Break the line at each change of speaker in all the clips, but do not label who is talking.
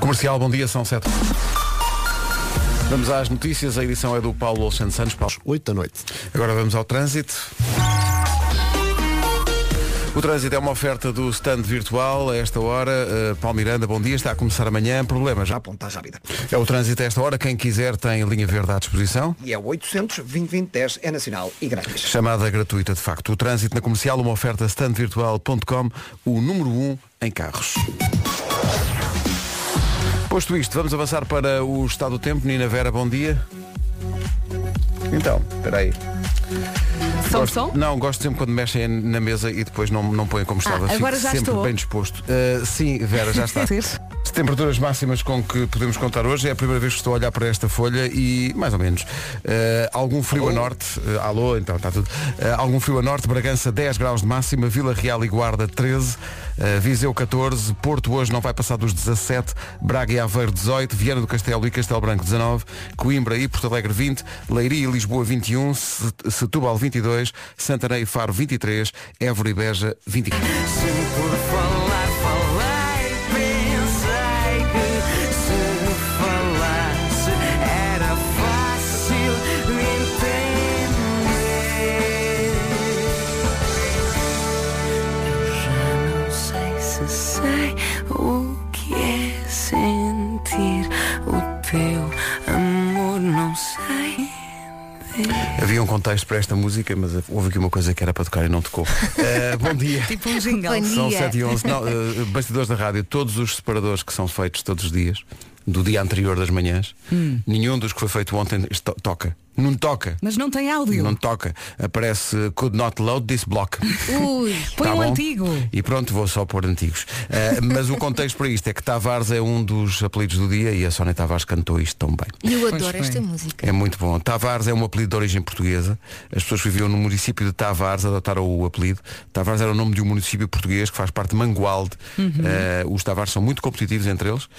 Comercial, bom dia, são sete. Vamos às notícias, a edição é do Paulo Alexandre Santos. Paulo.
8 da noite.
Agora vamos ao trânsito. O trânsito é uma oferta do stand virtual a esta hora. eh, Paulo Miranda, bom dia, está a começar amanhã. Problemas já.
Aponta já vida.
É o trânsito a esta hora. Quem quiser tem linha verde à disposição.
E é o 800 é nacional e grátis.
Chamada gratuita, de facto. O trânsito na comercial, uma oferta standvirtual.com, o número 1 um em carros. Posto isto, vamos avançar para o estado do tempo. Nina Vera, bom dia. Então, espera aí.
Som,
Gosto-
som? Ah,
Não, gosto sempre quando mexem na mesa e depois não, não põem como estava.
agora
Fico
já
sempre
estou.
bem disposto. Uh, sim, Vera, já está. As temperaturas máximas com que podemos contar hoje é a primeira vez que estou a olhar para esta folha e, mais ou menos, uh, algum frio a norte, uh, alô, então está tudo, Uh, algum frio a norte, Bragança 10 graus de máxima, Vila Real e Guarda 13, uh, Viseu 14, Porto hoje não vai passar dos 17, Braga e Aveiro 18, Viana do Castelo e Castelo Branco 19, Coimbra e Porto Alegre 20, Leiria e Lisboa 21, Se- Setúbal 22, Santarém e Faro 23, Évora e Beja 24.
Não sei se sei o que é sentir o teu amor, não sei.
Havia um contexto para esta música, mas houve aqui uma coisa que era para tocar e não tocou. Eh, bom dia.
Tipo um jingle.
São 7 e 11. Não, eh, bastidores da rádio, todos os separadores que são feitos todos os dias, do dia anterior das manhãs,
Hum.
nenhum dos que foi feito ontem esto- toca. Não toca.
Mas não tem áudio.
Não toca. Aparece eh, could not load this block.
Ui, põe
Tá
um
bom?
antigo.
E pronto, vou só pôr antigos. Eh, mas o contexto para isto é que Tavares é um dos apelidos do dia e a Sónia Tavares cantou isto tão bem.
Eu
Pois
adoro
bem.
esta música.
É muito bom. Tavares é um apelido de origem portuguesa. As pessoas que viviam no município de Tavares adotaram o apelido. Tavares era o nome de um município português que faz parte de Mangualde. Eh, os Tavares são muito competitivos entre eles.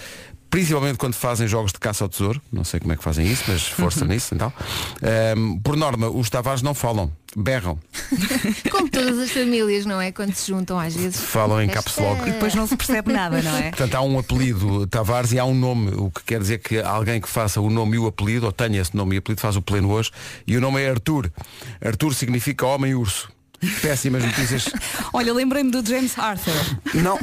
Principalmente quando fazem jogos de caça ao tesouro. Não sei como é que fazem isso, mas força nisso então. Ehm, por norma, os Tavares não falam, berram.
Como todas as famílias, não é? Quando se juntam às vezes.
Falam em caps lock.
Esta-
E depois não se percebe nada, não é?
Portanto, há um apelido Tavares e há um nome, o que quer dizer que alguém que faça o nome e o apelido, ou tenha esse nome e apelido, faz o pleno hoje. E o nome é Arthur. Arthur significa homem urso. Péssimas notícias.
Olha, lembrei-me do James Arthur.
Não,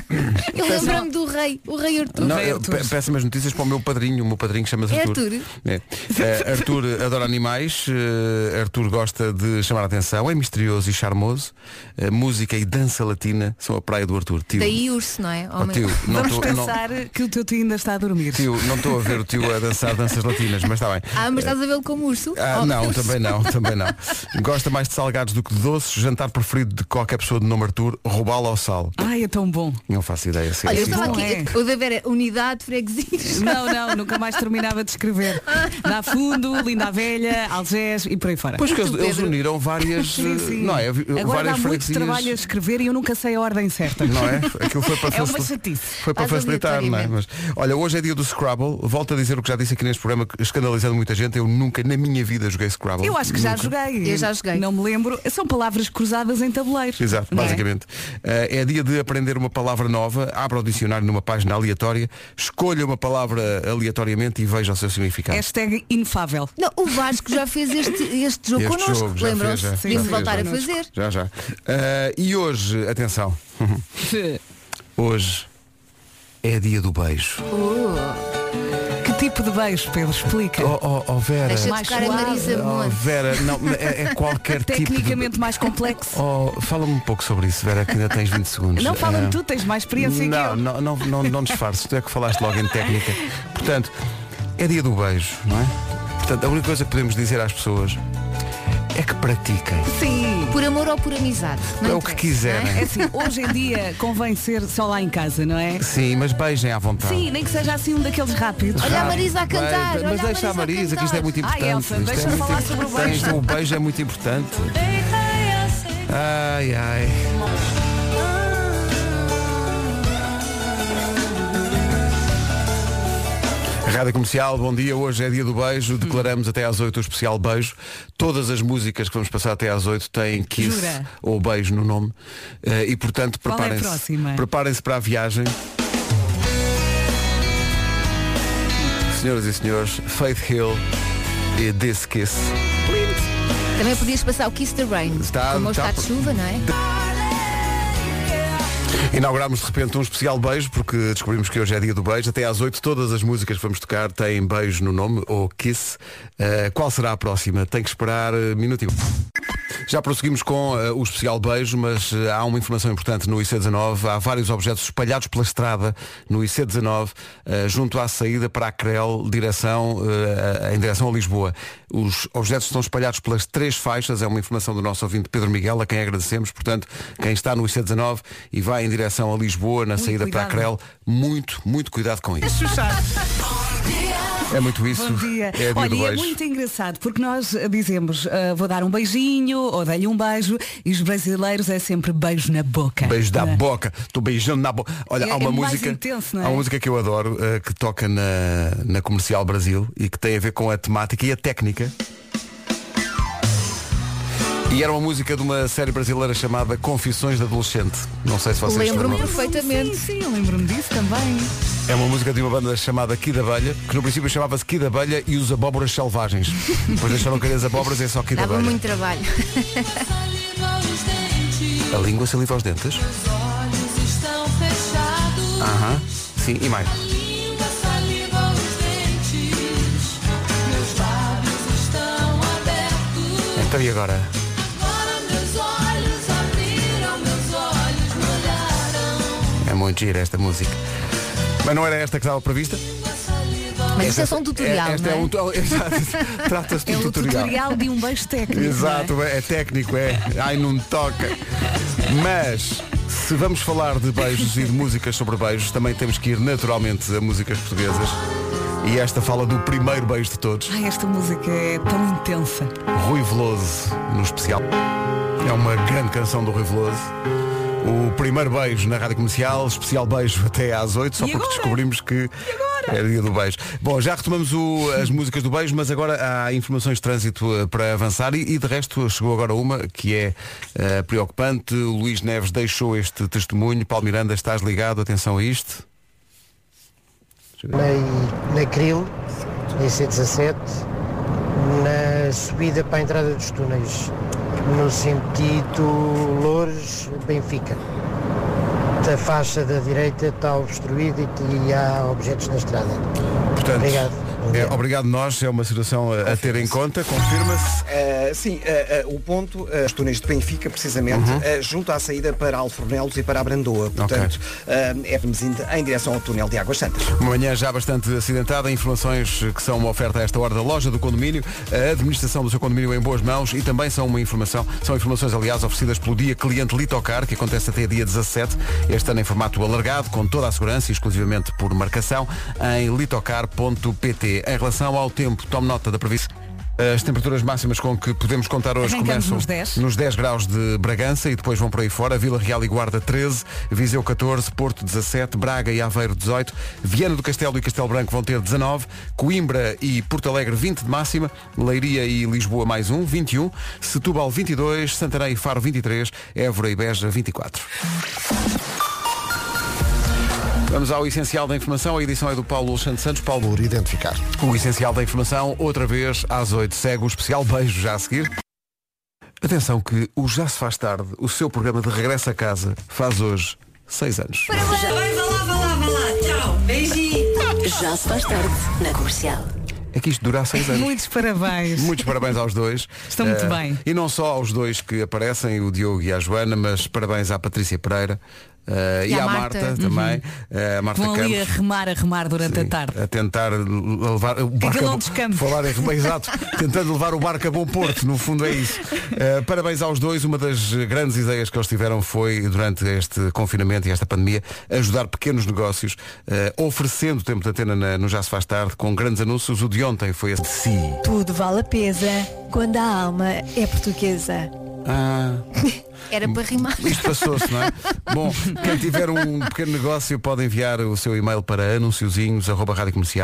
Eu lembro-me do rei, o rei Artur.
Então, não
Rei
eu-
Arthur.
pé- péssimas notícias para o meu padrinho. O meu padrinho chama-se
É
Arthur.
Arthur?
É. Eh, Arthur adora animais. eh, Arthur gosta de chamar a atenção. É misterioso e charmoso. Eh, música e dança latina são a praia do Arthur. Tio.
Daí urso, não é?
Oh, tio, não
Vamos
tô- não-
pensar que o teu tio ainda está a dormir.
tio, não estou a ver o tio a dançar danças latinas, mas está bem.
Ah, mas estás a vê-lo como urso?
Ah,
Oh,
não,
urso.
também não, também não. Gosta mais de salgados do que de doces, jantar preferido de qualquer pessoa de nome Arthur, roubá-lo ao sal.
Ai, é tão bom.
Não faço ideia se é
Olha, eu
assim.
estava
Não
aqui.
é.
O da Vera, unidade, freguesias.
Não, não, nunca mais terminava de escrever. Dá fundo, linda a velha, Algés e por aí fora.
Pois que
Tu,
eles, eles
Pedro.
uniram várias,
Sim, sim.
eh, não é? Vi-
Agora
várias
dá muito
freguesias,
trabalho a escrever e eu nunca sei a ordem certa.
Não é? Aquilo foi para
É uma
facil-
chatice.
Foi para
Faz
facilitar, não é? Mas, olha, hoje é dia do Scrabble. Volto a dizer o que já disse aqui neste programa, que escandalizando muita gente. Eu nunca na minha vida joguei Scrabble.
Eu acho que já
Tá Nunca.
joguei.
Eu já joguei.
Não me lembro. São palavras cruzadas em tabuleiros.
Exato,
Não é?
basicamente. Eh, é dia de aprender uma palavra nova, abra o dicionário numa página aleatória, escolha uma palavra aleatoriamente e veja o seu significado.
Hashtag inefável.
Não, o Vasco já fez este, este jogo
Este
connosco,
jogo, já
lembram-se?
fez, já.
Devíamos
Já
voltar
fez,
a
já.
fazer.
Já, já. Eh, e hoje, atenção, hoje é dia do beijo.
Que tipo de beijo, Pedro? Explica.
Oh, oh, oh, Vera.
Deixa
Mais
de tocar a
suave.
Marisa
Oh,
Monte.
Vera, não, é, é qualquer tipo de...
Tecnicamente mais complexo.
Oh, fala-me um pouco sobre isso, Vera, que ainda tens 20 segundos.
Não fala-me
Eh,
tu, tens mais experiência que
não,
eu.
não, não, não, não disfarces, tu é que falaste logo em técnica. Portanto, é dia do beijo, não é? Portanto, a única coisa que podemos dizer às pessoas é que pratiquem.
Sim.
Por amor ou por amizade? Não
É o que
interessa,
quiserem.
não é?
É assim, hoje em dia convém ser só lá em casa, não é?
Sim, mas beijem à vontade.
Sim, nem que seja assim um daqueles rápidos.
Olha a Marisa a
Bem,
cantar.
mas
olha
deixa a Marisa, que isto é muito
cantar.
importante.
Ai, Elsa,
Isto é
deixa-me
muito
falar sobre o
importante.
beijo.
Isto, o beijo é muito importante. Ai, ai. Rádio Comercial, bom dia. Hoje é dia do beijo. Declaramos até às 8 o especial beijo. Todas as músicas que vamos passar até às 8 têm kiss
Jura?
ou beijo no nome. Eh, e portanto,
Qual é a
preparem-se.
próxima?
preparem-se para a viagem. Senhoras e senhores, Faith Hill e This Kiss.
Também podias passar o Kiss the Rain.
Está-
como
está-
está de chuva, não é?
Inauguramos de repente um especial beijo, porque descobrimos que hoje é dia do beijo. Até às 8 todas as músicas que vamos tocar têm beijo no nome, ou kiss. Eh, qual será a próxima? Tem que esperar eh, minutinho. Já prosseguimos com eh, o especial beijo, mas eh, há uma informação importante no IC19. Há vários objetos espalhados pela estrada no IC19, eh, junto à saída para a Crel, direção, eh, em direção a Lisboa. Os objetos estão espalhados pelas três faixas, é uma informação do nosso ouvinte Pedro Miguel, a quem agradecemos. Portanto, quem está no IC19 e vai em direção a Lisboa, na saída para a Crel,
cuidado.
muito, muito cuidado com isso. É muito isso.
Bom dia.
É dia do
Olha, e é
beijo.
muito engraçado porque nós eh, dizemos ah, vou dar um beijinho ou dei-lhe um beijo e os brasileiros é sempre beijo na boca.
Beijo da
Não é?
boca, tu beijando na boca. Olha,
É-
há uma
é mais
música.
intenso, não é?
Há uma música que eu adoro, eh, que toca na, na Comercial Brasil e que tem a ver com a temática e a técnica. E era uma música de uma série brasileira chamada Confissões de Adolescente. Não sei se vocês
Lembro-me
lembram.
perfeitamente.
Sim, sim, eu lembro-me disso também.
É uma música de uma banda chamada Kid Abelha, que no princípio chamava-se Kid Abelha e os Abóboras Selvagens. Depois deixaram cair as abóboras e é só Kid
Dava
Abelha.
muito trabalho.
A língua saliva aos dentes. Aham. Sim, e mais. Então e agora? É muito gira esta música. Mas não era esta que estava prevista?
Mas isto
Esta-
é só um tutorial,
Esta é
não é?
um tu- Exato. Trata-se de
É
um
o
tutorial.
tutorial de um beijo técnico.
Exato, é? técnico, é. Ai, não me toca. Mas, se vamos falar de beijos e de músicas sobre beijos, também temos que ir naturalmente a músicas portuguesas. E esta fala do primeiro beijo de todos,
Ai, esta música é tão intensa.
Rui Veloso, no especial. É uma grande canção do Rui Veloso. O primeiro beijo na rádio comercial, especial beijo até às 8, só
E
porque
agora?
descobrimos que
agora?
é dia do beijo. Bom, já retomamos o- as músicas do beijo, mas agora há informações de trânsito eh, para avançar e, e de resto chegou agora uma que é eh, preocupante. O Luís Neves deixou este testemunho. Paulo Miranda, estás ligado? Atenção a isto.
na, na Cril, em C17, na subida para a entrada dos túneis, no sentido Loures-Benfica. A faixa da direita está obstruída e, e há objetos na estrada.
Portanto,
Obrigado.
é, obrigado nós, é uma situação a- a ter em conta, confirma-se.
Ah, sim, ah, ah, o ponto, ah, os túneis de Benfica, precisamente,
Uhum.
ah, junto à saída para Alfornelos e para a Brandoa. Portanto, ah, é vamos indo em direção ao túnel de Águas Santas.
Uma manhã já bastante acidentada, informações que são uma oferta a esta hora da loja do condomínio, a administração do seu condomínio em boas mãos e também são uma informação, são informações aliás oferecidas pelo dia cliente Litocar, que acontece até dia 17, este ano em formato alargado, com toda a segurança e exclusivamente por marcação, em litocar.pt. Em relação ao tempo, tome nota da previsão. As temperaturas máximas com que podemos contar hoje
Arrancamos
começam
nos 10.
nos 10 graus de Bragança e depois vão por aí fora. Vila Real e Guarda 13, Viseu 14, Porto 17, Braga e Aveiro 18, Viana do Castelo e Castelo Branco vão ter 19, Coimbra e Porto Alegre 20 de máxima, Leiria e Lisboa mais um, 21, Setúbal 22, Santarém e Faro 23, Évora e Beja 24. Vamos ao essencial da informação. A edição é do Paulo Alexandre Santos. Paulo,
Por identificar.
o essencial da informação, outra vez às 8. Segue o especial beijo já a seguir. Atenção que o Já se faz tarde, o seu programa de regresso a casa, faz hoje 6 anos.
Já se faz tarde na comercial.
É que isto durar 6 anos.
Muitos parabéns.
Muitos parabéns aos dois.
Estão muito
Eh,
bem.
E não só aos dois que aparecem, o Diogo e a Joana, mas parabéns à Patrícia Pereira eh, e, à Marta, também. eh, a Marta
Uhum. Vão ali a
Campos.
remar, a remar durante a
Sim,
tarde.
A tentar levar o
aquilo
barco. a
não
bom-
descambe.
Falar em remo- exato. Tentando levar o barco a bom porto, no fundo é isso. Uh, parabéns aos dois. Uma das grandes ideias que eles tiveram foi, durante este confinamento e esta pandemia, ajudar pequenos negócios, uh, oferecendo o tempo de antena na- no Já Se Faz Tarde, com grandes anúncios. O de ontem foi esse. Sim.
Tudo vale a pena quando a alma é portuguesa.
Ah.
Era para rimar.
Isto passou-se, não é? Bom, quem tiver um pequeno negócio pode enviar o seu e-mail para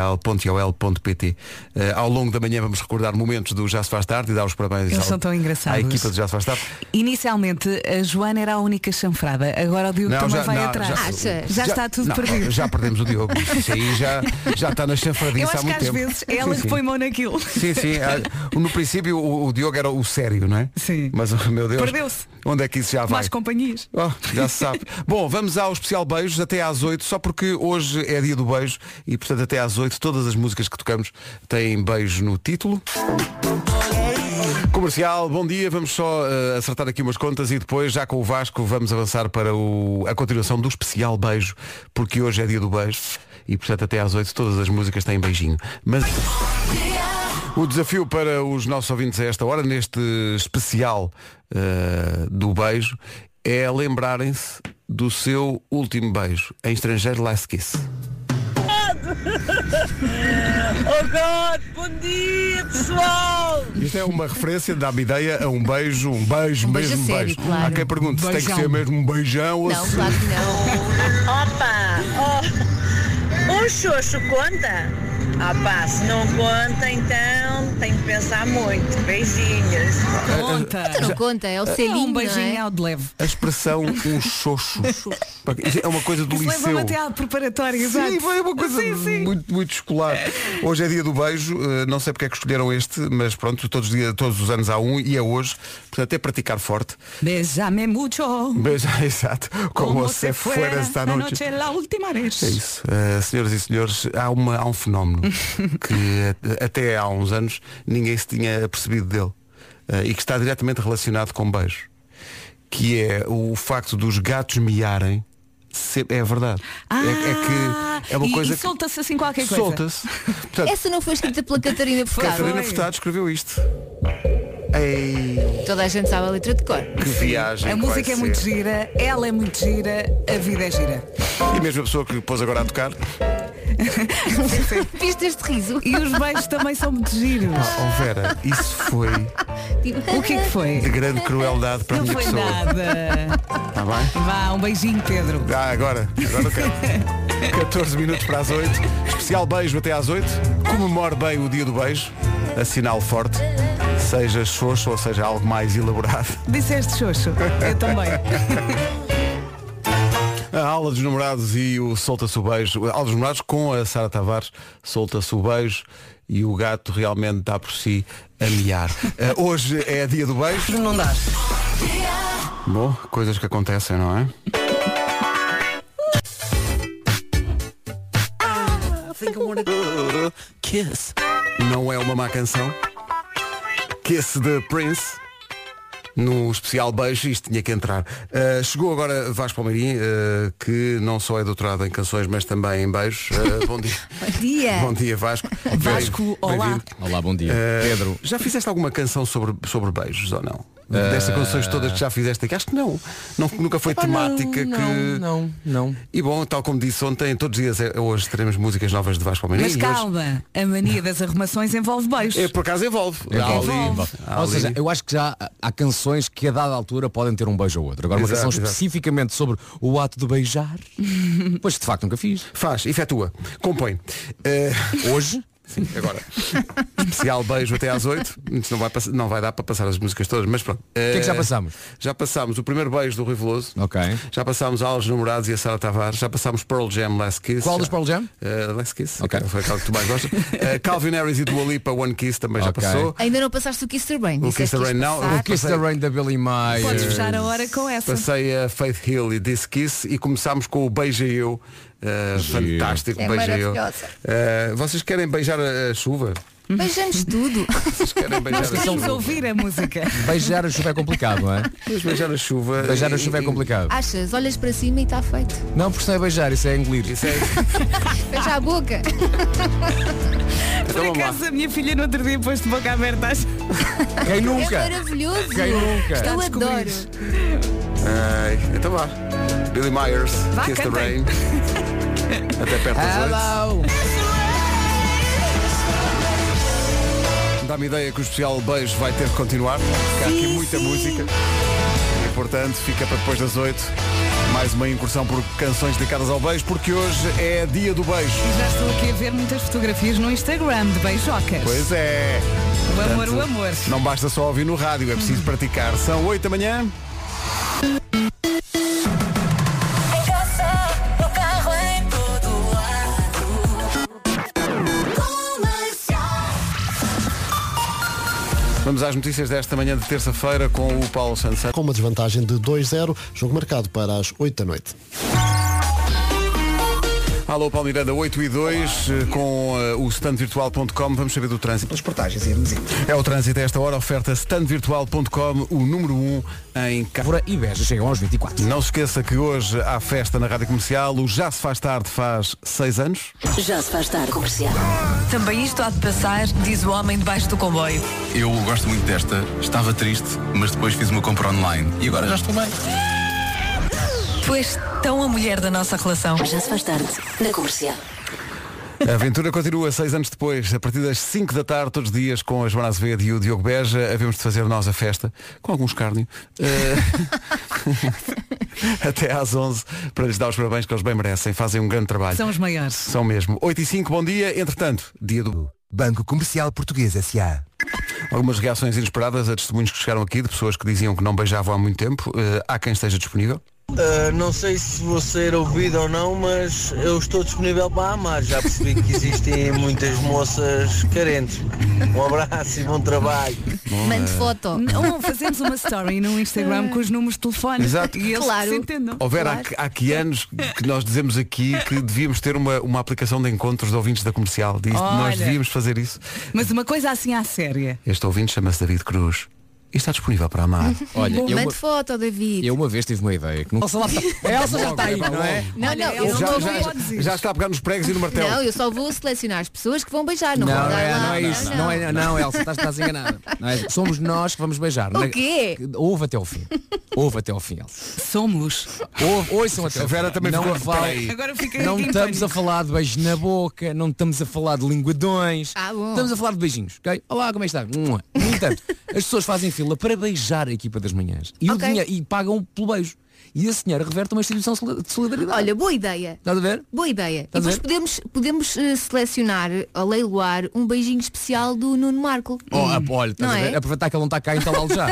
anunciozinhos.radiocomercial.ol.pt Eh, Ao longo da manhã vamos recordar momentos do Já se faz tarde e dar os parabéns
Eles
ao-
são tão engraçados.
à equipa do Já se faz tarde.
Inicialmente a Joana era a única chanfrada, agora o Diogo também vai atrás.
já- Achas?
Já está tudo
não,
perdido.
Já perdemos o Diogo. Isso aí já, já está na chanfradice
Eu
há
acho que
muito
às
tempo.
vezes é ela
Sim,
que
sim.
põe mão naquilo.
Sim, sim. Ah, No princípio o, o Diogo era o sério, não é?
Sim.
Mas, oh, meu Deus.
Perdeu-se.
Onde é que isso já vai?
Mais companhias.
Oh, já se sabe. Bom, vamos ao especial beijos até às 8, só porque hoje é dia do beijo e portanto até às 8 todas as músicas que tocamos têm beijo no título. Comercial, bom dia, vamos só eh, acertar aqui umas contas e depois já com o Vasco vamos avançar para o- a continuação do especial beijo, porque hoje é dia do beijo e portanto até às 8 todas as músicas têm beijinho. Mas o desafio para os nossos ouvintes a esta hora, neste especial eh, do beijo, é lembrarem-se do seu último beijo. Em estrangeiro, last kiss.
Oh God, bom dia pessoal!
Isto é uma referência, dá-me ideia, a um beijo, um beijo,
Um beijo
mesmo
a
beijo.
sério, claro.
Há quem pergunte se tem que
Beijão.
ser mesmo um beijão ou
Não,
se...
claro que não.
Opa! Oh, um xoxo conta? Ah pá, se não conta então tem que pensar muito. Beijinhos.
Conta.
Não conta, é o
É
selinho.
um beijinho
não é?
ao de leve.
A expressão um xoxo. Isso é uma coisa do
Isso
liceu.
leva-me até à preparatória,
Sim,
exato.
foi uma coisa
Sim, sim.
Muito, muito escolar. Hoje é dia do beijo, eh, não sei porque é que escolheram este, mas pronto, todos, os dias- todos os anos há um e é hoje, portanto é praticar forte.
Beijame mucho.
Beijo, exato, como, você fuera esta
la
noite.
noche la última vez.
É isso. Eh, senhoras e senhores, há, uma, há um fenómeno que a- até há uns anos ninguém se tinha percebido dele eh, e que está diretamente relacionado com beijo, que é o facto dos gatos miarem. ser- É verdade.
Ah,
é, é que é uma
e,
coisa
e
que
solta-se assim qualquer coisa. É
solta-se. Portanto,
Essa não foi escrita pela Catarina Furtado.
Catarina
Foi.
Furtado escreveu isto. Ei,
Toda a gente sabe a letra de cor.
que viagem.
A
que vai
música é muito
ser.
gira, ela é muito gira, a vida é gira.
E mesmo a pessoa que pôs agora a tocar. Oh,
Viste este riso?
E os beijos também são muito giros.
oh, Vera, isso foi
O que é que foi?
de grande crueldade para a
Não
minha
foi
pessoa.
nada.
Está bem?
Vá, um beijinho, Pedro.
Ah, agora, agora eu quero. 14 minutos para as 8. Especial beijo até às 8. Comemore bem o dia do beijo. Assinal forte. Seja xoxo ou seja algo mais elaborado.
Disseste Xoxo. Eu também.
A aula dos namorados e o solta-se o beijo. A aula dos namorados com a Sara Tavares, solta-se o beijo e o gato realmente dá por si a miar. Eh, hoje é dia do beijo.
Não dá.
Bom, coisas que acontecem, não é? Não é uma má canção. Kiss de Prince. Num especial beijo, isto tinha que entrar. Eh, chegou agora Vasco Palmeirim, eh, que não só é doutorado em canções, mas também em beijos. Eh, bom dia.
Bom dia.
Bom dia, Vasco.
Vasco,
Bem-
olá.
bem-vindo.
Olá, bom dia.
Eh,
Pedro.
Já fizeste alguma canção sobre, sobre beijos ou não?
Eh,
Destas canções todas que já fizeste aqui? Acho que não. não nunca foi temática
não,
que.
Não, não.
E bom, tal como disse ontem, todos os dias eh, hoje teremos músicas novas de Vasco Palmeiras.
Mas calma, a mania das arrumações envolve beijos.
É, por acaso envolve. Há ali-
Envolve.
há
Ou
ali-
seja, eu acho que já há- há canções que a dada altura podem ter um beijo ou outro. Agora, uma
Exato,
canção
exato.
especificamente sobre o ato de beijar, pois de facto nunca fiz.
Faz, efetua, compõe. Eh,
Hoje,
sim, agora. Especial beijo até às 8. Não vai, pass- não vai dar para passar as músicas todas, mas pronto. Eh,
o que é que já passámos?
Já passámos o primeiro beijo do Rui Veloso.
Ok.
Já passámos Aos Namorados e a Sara Tavares. Já passámos Pearl Jam Last Kiss.
Qual
Já-
dos Pearl Jam?
Eh, Last Kiss.
Ok.
que Foi aquela que tu mais gostas. Eh, Calvin Harris e Dua Lipa One Kiss também já
Ok.
passou.
Ainda não passaste o Kiss the Rain.
O
disseste
Kiss the
que
Rain
ias
não,
passar.
o
Kiss the
passei-
Rain da Billy Mayer.
Podes fechar a hora com essa.
Passei a Faith Hill e This Kiss e começámos com o Beija Eu. Uh, fantástico,
É
beija eu.
maravilhosa.
Uh, vocês querem beijar a, a chuva?
Beijamos tudo.
Vocês querem beijar a
Queremos
chuva?
ouvir a música.
Beijar a chuva é complicado, não é?
Mas beijar a chuva.
Beijar
e-
a chuva é
e- Ah.
complicado.
Achas, olhas para cima e está feito.
Não, porque isso não é beijar, isso é engolir.
Isso é,
Ah.
Fecha a boca.
então
Por
vamos lá.
acaso a minha filha no outro dia pôs de boca aberta. às-
Quem
É
nunca?
maravilhoso.
Quem nunca?
Eu
a descobrir
adoro.
isto.
Ai, então vá. Billy Myers,
Vá, Ah,
Kiss the
cantem.
Rain. Até perto das
Hello!
oito. Dá-me ideia que o especial beijo vai ter que continuar. porque Há aqui muita música. E importante, fica para depois das 8. Mais uma incursão por canções dedicadas ao beijo, porque hoje é dia do beijo.
E já estou aqui a ver muitas fotografias no Instagram de beijocas.
Pois é.
o amor,
Portanto,
o amor. Hum.
Não basta só ouvir no rádio, é preciso praticar. São 8 da manhã.
Em casa, no carro, em todo lado. Comercial.
Vamos às notícias desta manhã de terça-feira com o Paulo Santos.
com uma desvantagem de 2-0, jogo marcado para as 8 da noite.
Alô, Paulo Miranda, 8 e 2, eh, com eh, o standvirtual.com. Vamos saber do trânsito.
Pelas portagens, irmos indo.
É o trânsito a esta hora, oferta standvirtual.com, o número 1 em casa.
Évora e Beja chegam aos 24.
Não se esqueça que hoje há festa na Rádio Comercial. O Já se faz tarde faz 6 anos.
Já se faz tarde. Comercial.
Também isto há de passar, diz o homem debaixo do comboio.
Eu gosto muito desta. Estava triste, mas depois fiz uma compra online. E agora já estou bem.
Tu és tão a mulher da nossa relação.
Já se faz tarde. Na comercial.
A aventura continua 6 anos depois, a partir das 5 da tarde, todos os dias, com a Joana Azevedo e o Diogo Beja. Havemos de fazer nós a festa, com algum escárnio, eh, até às 11, para lhes dar os parabéns que eles bem merecem. Fazem um grande trabalho.
São os maiores.
São mesmo. 8 e 5, bom dia. Entretanto, dia do...
Banco Comercial Português S.A.
Algumas reações inesperadas a testemunhos que chegaram aqui de pessoas que diziam que não beijavam há muito tempo. Eh, há quem esteja disponível.
Ah, não sei se vou ser ouvido ou não, mas eu estou disponível para amar. Já percebi que existem muitas moças carentes. Um abraço e bom trabalho.
Mande foto.
Ou fazemos uma story no Instagram com os números de telefone.
Exato.
E eles
Claro.
se entendam.
Houver há
Claro.
que- há, que anos que nós dizemos aqui que devíamos ter uma, uma aplicação de encontros de ouvintes da comercial. Diz, nós
Olha.
devíamos fazer isso.
Mas uma coisa assim à séria.
Este ouvinte chama-se David Cruz e está disponível para amar.
Olha, eu uma,
Mande foto, David.
eu uma vez tive uma ideia que não... Elsa, já está aí, não é?
Não,
Olha,
não,
eu
eu não
já-
vou
já-
ver.
dizer.
já está a pegar nos pregos e no martelo.
Não, eu só vou selecionar as pessoas que vão beijar, não,
Não,
vou
não,
dar
é,
lá.
não é isso. Não, é, não, Elsa, estás, estás enganada. Não é- somos nós que vamos beijar.
O quê?
Ouve até ao fim. Ouve até ao fim, Elsa.
Somos.
Ouve, ouçam até ao
A
fim.
Vera também
não
ficou-
vale.
peraí.
Agora fiquei
Não
aqui em
estamos
pânico.
a falar de beijos na boca, não estamos a falar de linguadões.
Ah, bom.
Estamos a falar de beijinhos, ok? Olá, como é que está? Mua. No entanto, as pessoas fazem fila para beijar a equipa das manhãs e, o
Ok.
dinhe- e pagam pelo beijo. E a senhora reverte uma instituição soli- de solidariedade.
Olha, boa ideia.
Estás a ver?
Boa ideia.
Estás
e
a
depois
ver?
podemos, podemos eh, selecionar ou leiloar um beijinho especial do Nuno Marco.
Oh, ah, olha, estás
Não
a ver?
é?
Aproveitar que ele não está cá então já.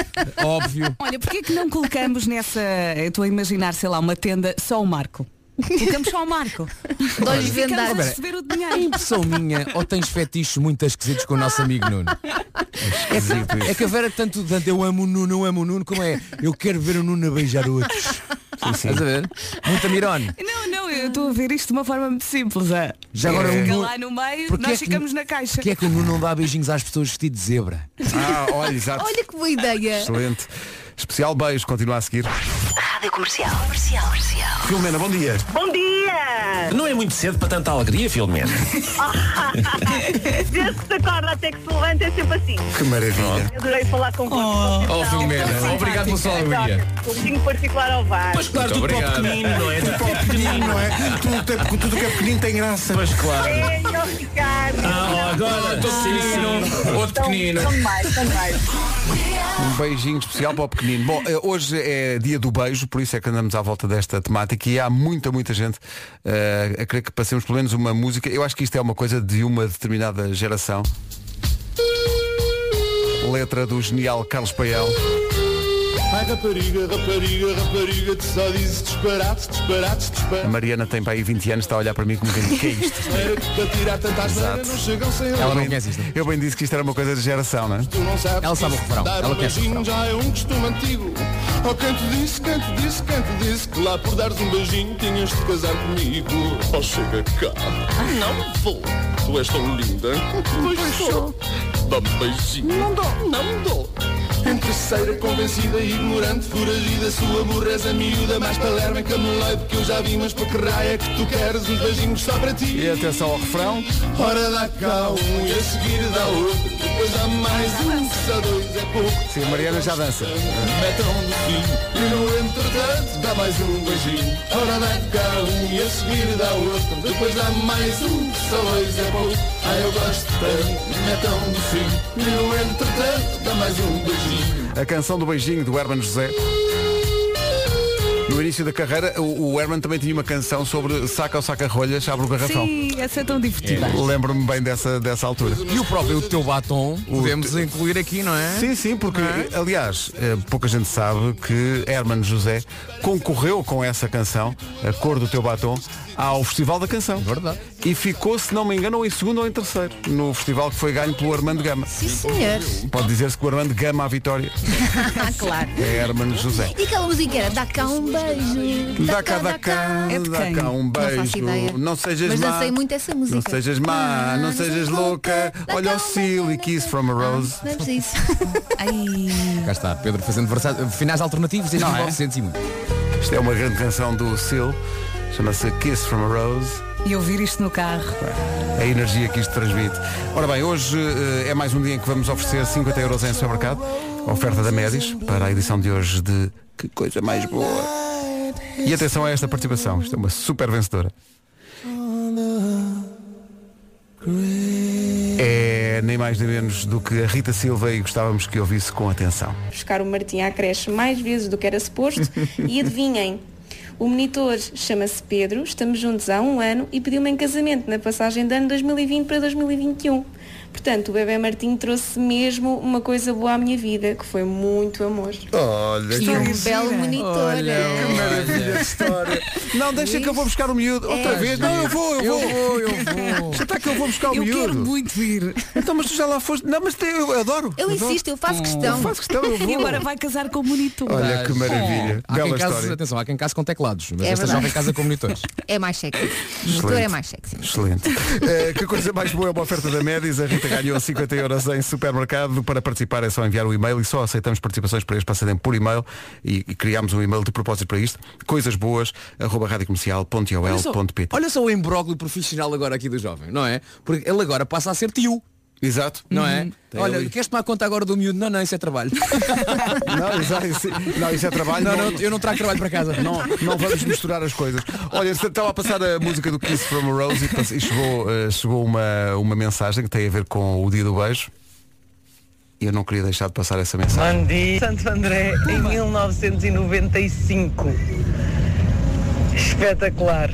Óbvio.
Olha, porquê que não colocamos nessa. Eu estou a imaginar, sei lá, uma tenda só o Marco. Colocamos só o Marco.
De olhos
Ficamos a
vendados.
receber o
É
dinheiro.
impressão minha ou tens fetiches muito esquisitos com o nosso amigo Nuno? É que, é que a Vera tanto, tanto eu amo o Nuno, eu amo o Nuno, como é? Eu quero ver o Nuno a beijar outros. Estás a ver? Muita mirone.
Não, não, eu estou a ver isto de uma forma muito simples. É.
Já agora o
Fica
Nuno.
lá no meio,
Porquê
nós
é que-
ficamos na caixa.
Porquê é que o Nuno não dá beijinhos às pessoas vestido de zebra?
Ah, olha, exato.
Olha que boa ideia.
Excelente. Especial beijo, continua a seguir.
Rádio comercial. Comercial. Comercial.
Filomena, bom dia.
Bom dia!
Não é muito cedo para tanta alegria, Filomena.
Desde que se acorda até que se levanta é sempre assim.
Que maravilha.
Adorei falar Então, convosco.
Oh, Filomena, obrigado pela sua alegria.
Um beijinho particular ao VAR.
Mas claro, tudo para o pequenino, não é? Tudo para o pequenino, não é?
Tudo tem- Tudo o que é pequenino tem graça.
Mas claro.
Venham ficar.
Ah, agora, estou pequenino, outro pequenino.
Tão mais, tão mais.
Um beijinho especial para o pequenino. Bom, eh, hoje é dia do beijo, por isso é que andamos à volta desta temática e há muita, muita gente eh, a querer que passemos pelo menos uma música. Eu acho que isto é uma coisa de uma determinada geração. Letra do genial Carlos Paiel.
Ai rapariga, rapariga, rapariga, tu só dizes disparates, disparates,
A
disparates.
Mariana tem para aí 20 anos, está a olhar para mim como quem diz, que é isto?
Era que para tirar tantas neiras não chegam sem
Ela
ela.
não conhece isto.
Eu bem disse que isto era uma coisa de geração, não é?
Tu não sabes
Ela sabe o refrão,
dar
ela
um
conhece o
beijinho já é um costume antigo. Oh, canto disse, canto disse, canto disse que lá por dares um beijinho tinhas de casar comigo. Oh, chega cá. Não vou. Tu és tão linda. Pois sou. Dá-me beijinho. Não dou. Não dou. Interesseira, convencida, ignorante, foragida, sua burreza miúda, mais palerma que amuleiro que eu já vi, mas para que raia que tu queres uns beijinhos só para ti.
E atenção ao refrão.
Ora dá cá um e a seguir dá outro Depois dá mais um, que só dois é pouco
Sim, a Mariana já dança.
Metam um docinho e no entretanto dá mais um beijinho Ora dá cá um e a seguir dá outro Depois dá mais um, que só dois é pouco Ai eu gosto tanto, metam um docinho e no entretanto dá mais um beijinho
A canção do beijinho do Herman José. No início da carreira, o, o Herman também tinha uma canção sobre saca ou saca rolhas, abre o garrafão.
Sim, essa é tão divertida.
Lembro-me bem dessa, dessa altura.
E o próprio teu batom podemos
te-
incluir aqui, não é?
Sim, sim, porque,
Não é?
aliás, eh, pouca gente sabe que Herman José concorreu com essa canção, A Cor do Teu Batom, ao Festival da Canção.
Verdade.
E ficou, se não me engano, ou em segundo ou em terceiro, no festival que foi ganho pelo Armando Gama.
Sim, senhor.
Pode dizer-se que o Armando Gama à vitória
claro.
é Herman José.
E aquela música era Dá cá um beijo. É
Dá cá, dá cá, dá cá um
Não faço
beijo.
ideia.
Não sejas
Mas
má.
dancei muito essa música.
Não sejas má, Ah, não sejas louca.
Dá
Olha
cá
o
um
silly kiss from a rose.
Não é preciso.
Cá está, Pedro fazendo versa- finais alternativos e
Não é?
1900 e muito.
Isto é uma grande canção do Seal, chama-se Kiss from a Rose, É
E ouvir isto no carro.
a energia que isto transmite. Ora bem, hoje eh, é mais um dia em que vamos oferecer 50 euros em supermercado, oferta da Médis, para a edição de hoje de Que Coisa Mais Boa. E atenção a esta participação, isto é uma super vencedora. É nem mais nem menos do que a Rita Silva e gostávamos que ouvisse com atenção.
buscar o Martim à creche mais vezes do que era suposto e adivinhem, o monitor chama-se Pedro, estamos juntos há um ano e pediu-me em casamento na passagem de ano 2020 para 2021. Portanto, o bebê Martim trouxe mesmo uma coisa boa à minha vida, que foi muito amor.
Olha, então,
E um belo monitor. né?
que maravilha de história. Não, deixa que eu vou buscar o miúdo. Outra
É.
vez. Não, eu vou, eu vou. Já está que eu vou buscar o
Eu
miúdo.
quero muito ir.
Então, mas tu já lá foste. Não, mas te- eu adoro.
Eu insisto, eu faço questão.
Eu faço questão, eu vou.
E agora vai casar com o monitor.
Olha que maravilha.
Há
Bela
quem case,
história.
atenção, há quem case com teclados, mas
É
esta
verdade.
jovem casa com monitores.
É mais sexy. O monitor é mais sexy.
Excelente. Eh, que coisa mais boa é uma oferta da Médis. A Rita ganhou 50 euros em supermercado. Para participar é só enviar um e-mail e só aceitamos participações para este passatempo por e-mail e, e criámos um e-mail de propósito para isto. Coisas boas, arroba
Olha só,
radiocomercial.ol.pt
olha só o imbróglio profissional agora aqui do jovem, não é? Porque ele agora passa a ser tio.
Exato.
Não é?
Uhum. Tem
Olha,
ali.
queres tomar conta agora do miúdo? Não, não, isso é trabalho.
Não, exato, isso, não, isso é trabalho.
Não, não, eu não trago trabalho para casa.
Não, não vamos misturar as coisas. Olha, se- estava a passar a música do Kiss from a Rose e pass- e chegou, eh, chegou uma, uma mensagem que tem a ver com o dia do beijo. E eu não queria deixar de passar essa mensagem.
Mandi Santo André em 1995. Espetacular.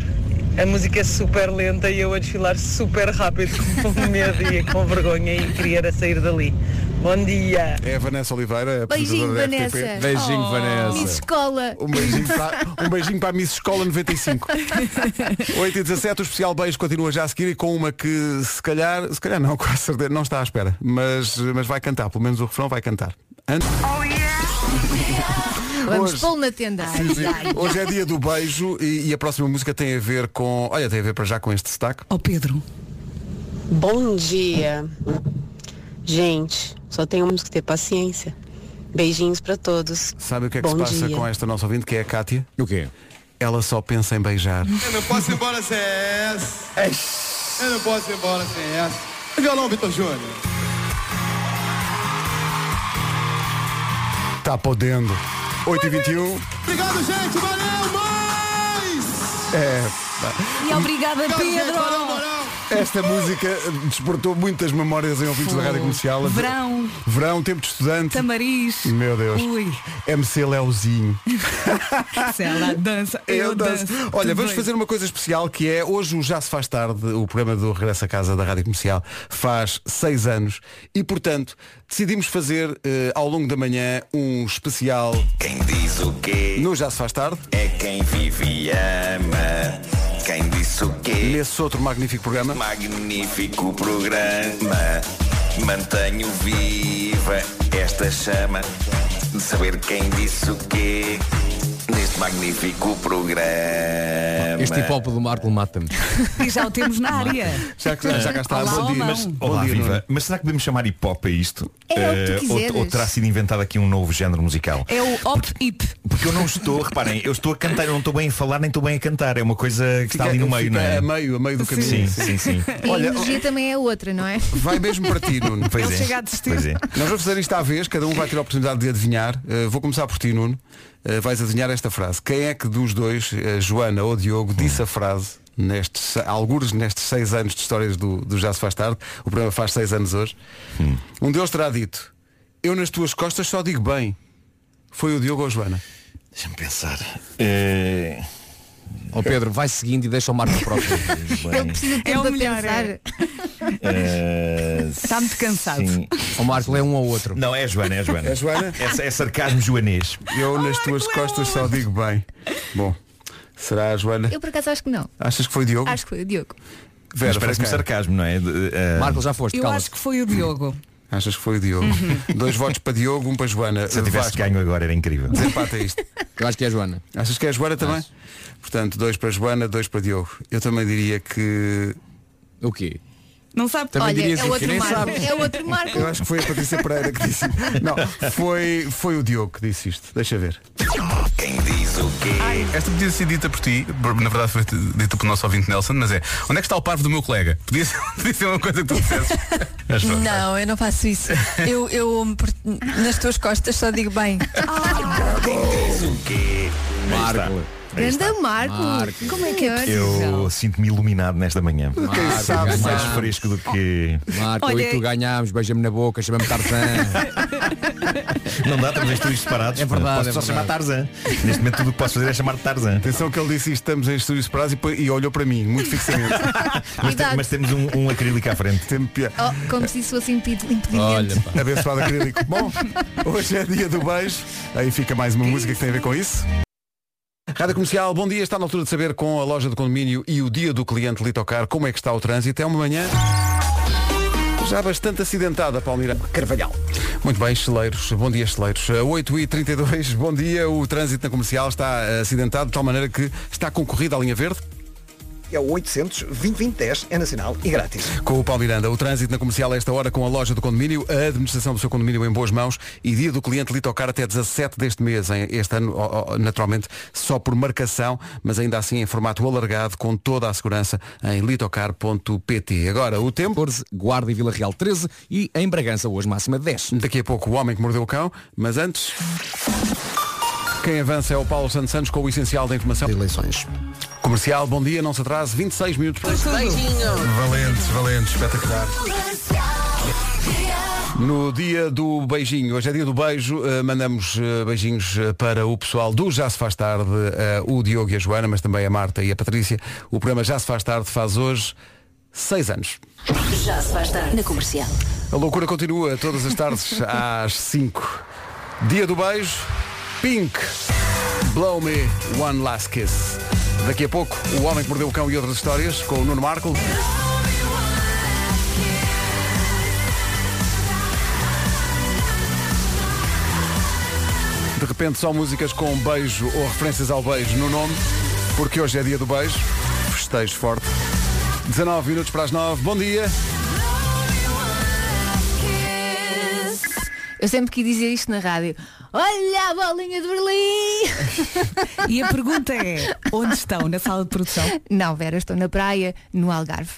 A música é super lenta e eu a desfilar super rápido, com medo e com vergonha e queria era sair dali. Bom dia.
É a Vanessa Oliveira, a
Beijinho,
apresentadora da
Vanessa. Oh,
FTP.
Beijinho, Vanessa.
Miss Escola.
Um beijinho, para, um beijinho para a Miss Escola 95. 8 e 17, o especial beijo continua já a seguir e com uma que se calhar, se calhar não, com certeza, não está à espera, mas, mas vai cantar, pelo menos o refrão vai cantar. Antes...
Vamos
Hoje-
pô-lo na tenda.
Sim, sim. Hoje é dia do beijo e, e a próxima música tem a ver com. Olha, tem a ver para já com este destaque.
Ó Pedro.
Bom dia. Gente, só temos que ter paciência. Beijinhos para todos.
Sabe o que é que
Bom
se passa
dia.
com esta nossa ouvinte, que é a Cátia?
O quê?
Ela só pensa em beijar.
Eu não posso ir embora sem essa. Eu não posso ir embora sem essa. Violão, Vitor Júnior.
Tá podendo. 8h21.
Obrigado, gente. Valeu, mais!
É.
E obrigada, Pedro.
Esta música despertou muitas memórias em ouvintes da rádio comercial.
Verão.
Verão, tempo de estudante.
Tamariz.
Meu Deus.
Ui.
MC Leozinho.
Se ela dança, eu, danço.
Olha,
Tudo
vamos
bem.
fazer uma coisa especial que é hoje o Já se faz tarde, o programa do Regresso a Casa da Rádio Comercial, faz seis anos e, portanto, decidimos fazer eh, ao longo da manhã um especial
Quem diz o quê
no Já se faz tarde.
é quem vive e ama. Quem disse o quê?
Nesse outro magnífico programa.
Magnífico programa. Mantenho viva esta chama de saber quem disse o quê neste magnífico programa.
Este hip do Marco mata-me.
E já o temos na área.
Já,
já- já cá está. Olá, Bom dia. Olá.
Mas,
Bom
olá,
dia,
viva.
Nuno.
Mas será que podemos chamar hip hop a isto?
É o que tu
Eh, ou- ou,
quiseres.
terá sido inventado aqui um novo género musical?
É o op-ip.
Porque eu não estou, reparem, eu estou a cantar, eu não estou bem a falar nem estou bem a cantar. É uma coisa que está
Fica-
ali no meio,
fica
não é?
a meio, a meio do caminho.
Sim, sim, sim.
E a energia também é outra, não é?
Vai mesmo para ti, Nuno.
Pois Ele é. chega a desistir. Pois é.
Nós vamos fazer isto à vez, cada um vai ter a oportunidade de adivinhar. Uh, vou começar por ti, Nuno. Uh, vais adivinhar esta frase. Quem é que dos dois, uh, Joana ou Diogo,
Hum.
disse a frase, nestes, se- algures nestes seis anos de histórias do, do Já se faz tarde, o programa faz seis anos hoje,
Hum.
um deles terá dito, eu nas tuas costas só digo bem. Foi o Diogo ou a Joana?
Deixa-me pensar.
É.
Ó Pedro, vai seguindo e deixa o Marco próximo.
Ele precisa de tempo
É o
para
melhor,
pensar.
é.
Eh,
Tá
Está muito cansado.
sim.
O Marco é um ou outro.
Não, é a Joana, é a Joana.
É Joana?
É, é sarcasmo joanês.
Eu nas tuas costas só digo bem. Bom, será a Joana?
Eu por acaso acho que não.
Achas que foi o Diogo?
Acho que foi o Diogo.
Vera,
Mas parece-me
foi quem?
sarcasmo, não é? De- eh,
Marco, já foste,
Eu acho que foi o Diogo.
Achas que foi o Diogo?
Uhum.
Dois votos para Diogo, um para Joana.
Se eu tivesse
Vasco,
ganho agora era incrível.
Desempata isto.
Eu acho que é a Joana.
Achas que é a Joana também? Portanto, dois para Joana, dois para Diogo. Eu também diria que.
O quê?
Não sabe?
Também
Olha,
dirias
é
isso,
outro
nem
Marco.
sabes.
É outro Marco.
Eu acho que foi a Patrícia Pereira que disse. Não, foi, foi o Diogo que disse isto. Deixa ver.
Quem diz o quê? Esta podia ser dita por ti, por- na verdade foi dita pelo nosso ouvinte Nelson, mas é onde é que está o parvo do meu colega? Podia ser, podia ser uma coisa que tu dissesses. Mas pronto.
Não, eu não faço isso. Eu, eu por- nas tuas costas só digo bem.
é
Marco.
Grande Marco.
Marco.
Como é que é
Eu
possível?
sinto-me iluminado nesta manhã.
Quem sabe,
mais
é
Marco.
fresco do que.
Marco, eu
Olha-
e tu ganhámos, beija-me na boca, chama-me Tarzan.
Não dá, estamos em estúdios separados.
É verdade,
Posso
é
só
verdade.
chamar Tarzan. Neste momento tudo o que posso fazer é chamar Tarzan.
Atenção que ele disse isto, estamos em estúdios separados e, e olhou para mim, muito fixamente.
Mas, tem- mas temos um, um acrílico à frente.
Tem piada.
Oh, como se isso fosse impedi- impedimento.
Abençoado acrílico. Bom, hoje é dia do beijo. Aí fica mais uma música que tem a ver com isso. Rádio Comercial, bom dia. Está na altura de saber com a loja de condomínio e o dia do cliente Litocar como é que está o trânsito. É uma manhã já bastante acidentada, Palmeira.
Carvalhal.
Muito bem, Cheleiros. Bom dia, Cheleiros. Eh, 8h32, bom dia. O trânsito na comercial está eh, acidentado de tal maneira que está concorrida a linha verde.
É o 800 2010 é nacional e grátis.
Com o Paulo Miranda, o trânsito na comercial a esta hora com a loja do condomínio, a administração do seu condomínio em boas mãos e dia do cliente Litocar até 17 deste mês, em- este ano ó, ó, naturalmente só por marcação, mas ainda assim em formato alargado com toda a segurança em litocar.pt. Agora o tempo.
14, Guarda e Vila Real 13 e em Bragança hoje máxima 10.
Daqui a pouco o homem que mordeu o cão, mas antes. Quem avança é o Paulo Santos Santos com o essencial da informação.
Eleições.
Comercial, bom dia, não se atrase, 26 minutos. Valente, valente, espetacular. No dia do beijinho, hoje é dia do beijo, eh, mandamos eh, beijinhos eh, para o pessoal do Já Se Faz Tarde, eh, o Diogo e a Joana, mas também a Marta e a Patrícia. O programa Já Se Faz Tarde faz hoje seis anos.
Já se faz tarde na comercial.
A loucura continua todas as tardes às 5. Dia do beijo, Pink. Blow me one last kiss. Daqui a pouco, o homem que mordeu o cão e outras histórias com o Nuno Marco. De repente só músicas com beijo ou referências ao beijo no nome, porque hoje é dia do beijo. Festejo forte. 19 minutos para as 9. Bom dia.
Eu sempre quis dizer isto na rádio. Olha a bolinha de Berlim!
E a pergunta é, onde estão? Na sala de produção?
Não, Vera, estou na praia, no Algarve.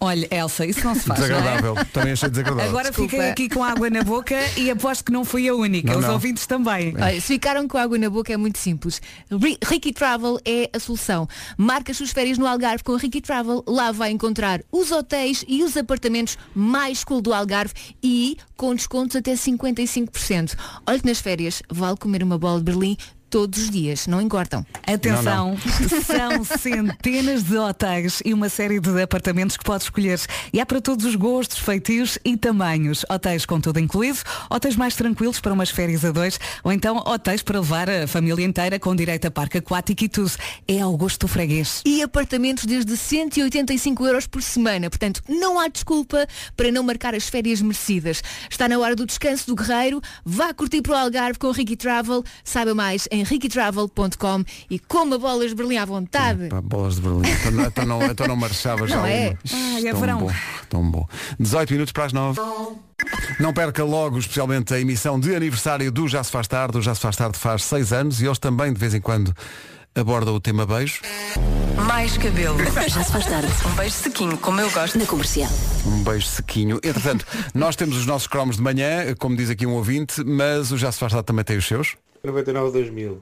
Olha, Elsa, isso não se faz. não é?
Desagradável. Também achei desagradável.
Agora
Desculpa.
fiquei aqui com água na boca e aposto que não fui a única.
Oh. Não,
é Os
não. É.
ouvintes também.
Olha, se ficaram com água na boca é muito simples. Ri- Ricky Travel é a solução. Marca as suas férias no Algarve com a Ricky Travel. Lá vai encontrar os hotéis e os apartamentos mais cool do Algarve e com descontos até 55%. Olha que nas férias vale comer uma bola de Berlim todos os dias, não engordam.
Atenção, são centenas de hotéis e uma série de apartamentos que podes escolher. E há para todos os gostos, feitios e tamanhos. Hotéis com tudo incluído, hotéis mais tranquilos para umas férias a dois, ou então hotéis para levar a família inteira com direito a parque aquático e tudo. É ao gosto do freguês.
e apartamentos desde 185 euros por semana. Portanto, não há desculpa para não marcar as férias merecidas. Está na hora do descanso do guerreiro. Vá curtir para o Algarve com o Ricky Travel. Saiba mais em rickytravel.com e coma bolas de Berlim à vontade.
Pá, bolas de Berlim. Então, não- então não, então não marchavas
Não
já
é?
uma.
Ai, é
tão
verão.
Bom, tão bom. 18 minutos para as 9. Não perca logo, especialmente, a emissão de aniversário do Já Se Faz Tarde. O Já Se Faz Tarde faz 6 anos e eles também, de vez em quando, abordam o tema beijo.
Mais cabelo.
Já se faz tarde.
Um beijo sequinho, como eu gosto.
Na comercial.
Um beijo sequinho. Entretanto, nós temos os nossos cromos de manhã, como diz aqui um ouvinte, mas o Já Se Faz Tarde também tem os seus.
99 2000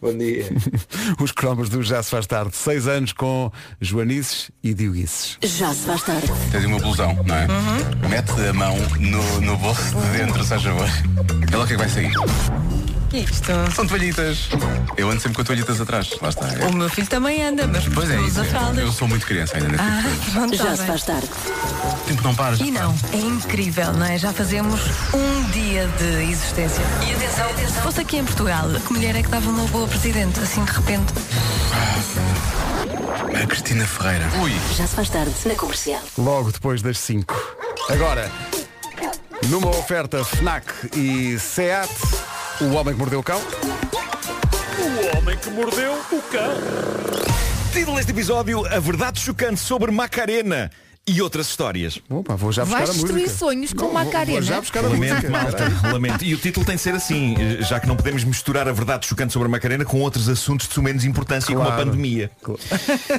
Bom dia.
Os cromas do Já se faz tarde. Seis anos com Joanices e Dioguices.
Já se faz tarde.
Tens uma blusão, não é?
Uhum.
Mete a mão no, no bolso de dentro, se faz favor. É lá o que é que vai sair.
Uhum.
Que é isto?
São toalhitas. Eu ando sempre com toalhitas atrás. Lá está.
Uhum.
O meu filho também anda, mas
Pois é, isso.
usa fraldas.
eu sou muito criança ainda. né?
Ah, pronto,
Já
tá
se
bem.
faz tarde.
O tempo não para. já
E não, é incrível, não é? Já fazemos um dia de existência. E atenção, atenção. Se fosse aqui em Portugal, que mulher é que dava uma boa presidente, assim de repente?
para. A Cristina Ferreira. Ui.
Já se faz tarde na comercial.
Logo depois das 5. Agora, numa oferta FNAC e SEAT, o homem que mordeu o cão.
O homem que mordeu o cão.
Título deste episódio, A Verdade Chocante sobre Macarena e outras histórias.
Opa, vou já
Vais destruir sonhos com uma é? carena.
Lamento, malta, lamento. E o título tem de ser assim, eh, já que não podemos misturar a verdade chocante sobre a Macarena com outros assuntos de sumenos importância, como a
Claro.
pandemia.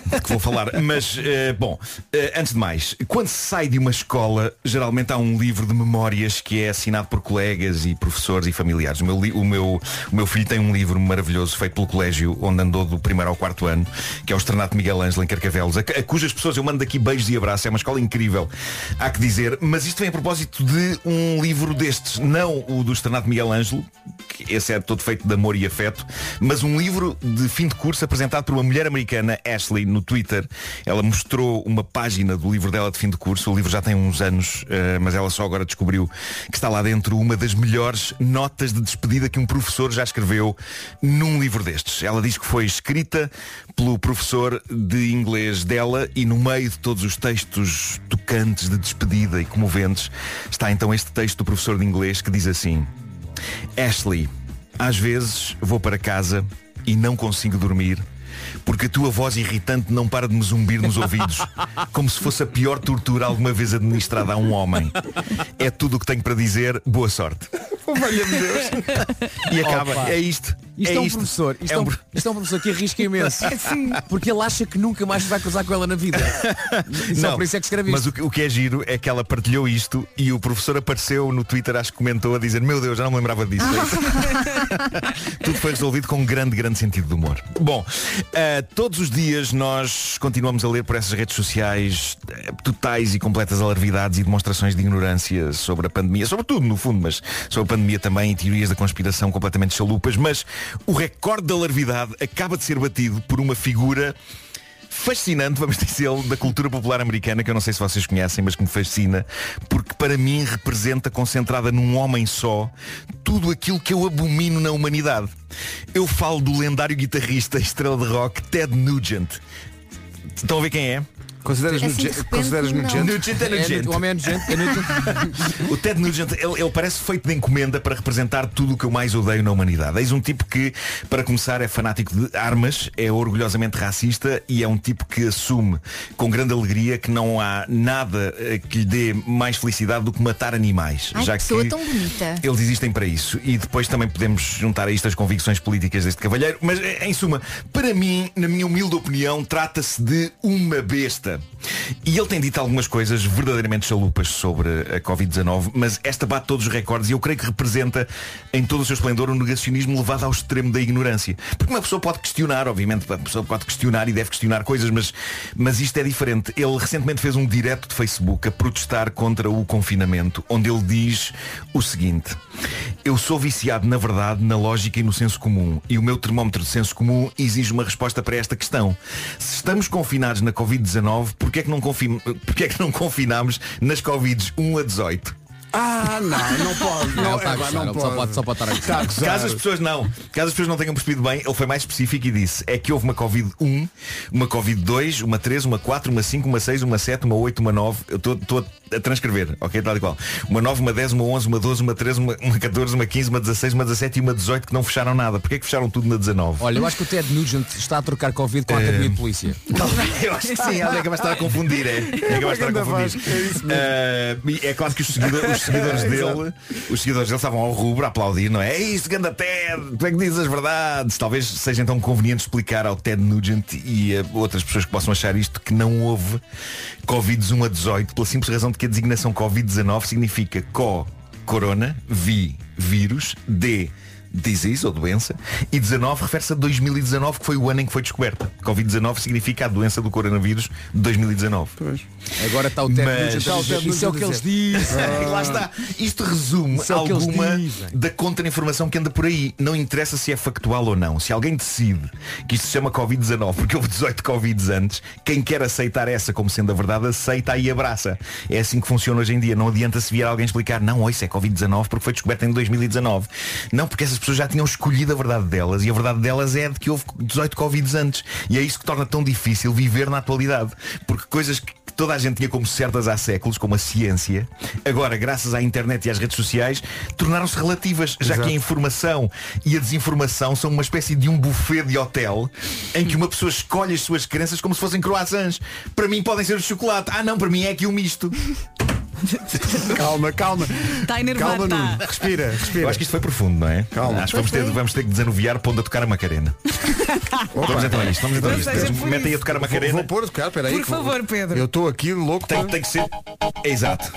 De que vou falar. Mas, eh, bom, eh, antes de mais, quando se sai de uma escola, geralmente há um livro de memórias que é assinado por colegas e professores e familiares. O meu, li- o meu, o meu filho tem um livro maravilhoso feito pelo colégio onde andou do primeiro ao quarto ano, que é o Estrenato Miguel Ângelo em Carcavelos, a, a cujas pessoas eu mando daqui beijos e abraços. É uma escola incrível, há que dizer. Mas isto vem a propósito de um livro destes, não o do Estrenato Miguel Ângelo, que esse é todo feito de amor e afeto, mas um livro de fim de curso apresentado por uma mulher americana, Ashley, no Twitter. Ela mostrou uma página do livro dela de fim de curso. O livro já tem uns anos, eh, mas ela só agora descobriu que está lá dentro uma das melhores notas de despedida que um professor já escreveu num livro destes. Ela diz que foi escrita pelo professor de inglês dela e no meio de todos os textos tocantes de despedida e comoventes está então este texto do professor de inglês que diz assim Ashley, às vezes vou para casa e não consigo dormir porque a tua voz irritante não para de me zumbir nos ouvidos, como se fosse a pior tortura alguma vez administrada a um homem. É tudo o que tenho para dizer. Boa sorte.
Oh,
Valha-me Deus.
E acaba. É isto.
Isto é,
É
um
isto.
professor. Isto
É
é um,
um
pro- isto é um professor que arrisca imenso.
É
Porque ele acha que nunca mais se vai cruzar com ela na vida. E Só por isso é que escreve
Mas
isto.
o que, o que é giro é que ela partilhou isto e o professor apareceu no Twitter, acho que comentou a dizer, meu Deus, já não me lembrava disso. Tudo foi resolvido com um grande, grande sentido de humor. Bom, eh, todos os dias nós continuamos a ler por essas redes sociais eh, totais e completas alarvidades e demonstrações de ignorância sobre a pandemia, sobre tudo no fundo, mas sobre a pandemia também e teorias da conspiração completamente chalupas, mas o recorde da alarvidade acaba de ser batido por uma figura fascinante, vamos dizê-lo, da cultura popular americana, que eu não sei se vocês conhecem, mas que me fascina, porque para mim representa, concentrada num homem só, tudo aquilo que eu abomino na humanidade. Eu falo do lendário guitarrista e estrela de rock Ted Nugent. Estão a ver quem é?
Consideras Assim, de Nugent- repente, consideras não. Nugent?
Nugent é
É,
Nugent.
o homem é Nugent, é
O Ted Nugent, ele, ele parece feito de encomenda para representar tudo o que eu mais odeio na humanidade. Eis um tipo que, para começar, é fanático de armas, é orgulhosamente racista e é um tipo que assume com grande alegria que não há nada eh, que lhe dê mais felicidade do que matar animais.
Ai, que pessoa tão bonita.
Eles existem para isso. E depois também podemos juntar a isto as convicções políticas deste cavalheiro. Mas, eh, em suma, para mim, na minha humilde opinião, trata-se de uma besta. E ele tem dito algumas coisas verdadeiramente chalupas sobre a Covid-19, mas esta bate todos os recordes e eu creio que representa em todo o seu esplendor um negacionismo levado ao extremo da ignorância. Porque uma pessoa pode questionar, obviamente, a pessoa pode questionar e deve questionar coisas, mas, mas isto é diferente. Ele recentemente fez um direto de Facebook a protestar contra o confinamento, onde ele diz o seguinte. Eu sou viciado, na verdade, na lógica e no senso comum. E o meu termómetro de senso comum exige uma resposta para esta questão. Se estamos confinados na Covid-19, porquê é que não, confin... porquê é que não confinamos nas Covid 1 a 18?
Ah, não, não pode.
Não,
Não,
ele tá a
é, pá,
gozar,
não
ele só
pode.
pode- só
pode estar
Está a gozar.
Caso as pessoas não, caso as pessoas não tenham percebido bem, ele foi mais específico e disse é que houve uma Covid-1, uma Covid-2, uma 3, uma 4, uma 5, uma 6, uma 7, uma 8, uma 9. Eu estou- estou a transcrever, ok? Tal e qual. Uma 9, uma 10, uma 11, uma 12, uma 13, uma, uma 14, uma 15, uma 16, uma 17 e uma 18 que não fecharam nada. Porquê é que fecharam tudo na 19?
Olha, eu acho que o Ted Nugent está a trocar Covid com a
É.
Academia de Polícia.
Eu acho que sim, olha, acabas de estar a confundir, é. Acabas de estar a confundir.
é
Ah, e é claro que os, seguido- os seguidores dele, os seguidores dele estavam ao rubro a aplaudir, não é? É isso, ganda Ted, tu é que dizes as verdades. Talvez seja então conveniente explicar ao Ted Nugent e a outras pessoas que possam achar isto que não houve Covid 1 a 18, pela simples razão de que a designação Covid-19 significa CO, corona, vi, vírus, D, disease ou doença e 19 refere-se a 2019 que foi o ano em que foi descoberta. Covid-19 significa a doença do coronavírus de 2019.
Agora está o técnico, está o técnico
Isso é o que eles dizem. Lá está. Isto resume
Isso é o que eles
alguma
dizem.
um da contra-informação que anda por aí. Não interessa se é factual ou não. Se alguém decide que isto se chama Covid-19 porque houve 18 Covids antes, quem quer aceitar essa como sendo a verdade, aceita e abraça. É assim que funciona hoje em dia. Não adianta se vier alguém explicar, não, ó, isso é Covid-19 porque foi descoberto em 2019. Não, porque essas pessoas já tinham escolhido a verdade delas e a verdade delas é de que houve 18 Covids antes. E é isso que torna tão difícil viver na atualidade. Porque coisas que que toda a gente tinha como certas há séculos, como a ciência, agora, graças à internet e às redes sociais, tornaram-se relativas, já que a informação e a desinformação são uma espécie de um buffet de hotel em que uma pessoa escolhe as suas crenças como se fossem croissants. Para mim podem ser de chocolate. Ah não, para mim é aqui o misto.
calma, calma.
Está a enervar, Calma, tá. Nuno.
Respira, respira.
Eu acho que isto foi profundo, não é? Calma. Acho que vamos ter,
Foi.
vamos ter que desanuviar pondo a tocar a Macarena. vamos então a isto, vamos então a
Não seja
isto.
por
Metem a
isso.
tocar a
Vou-
Macarena.
vou pôr a tocar, peraí,
Por que eu- favor, Pedro.
Eu estou aqui louco.
Tem, tem que ser. É exato.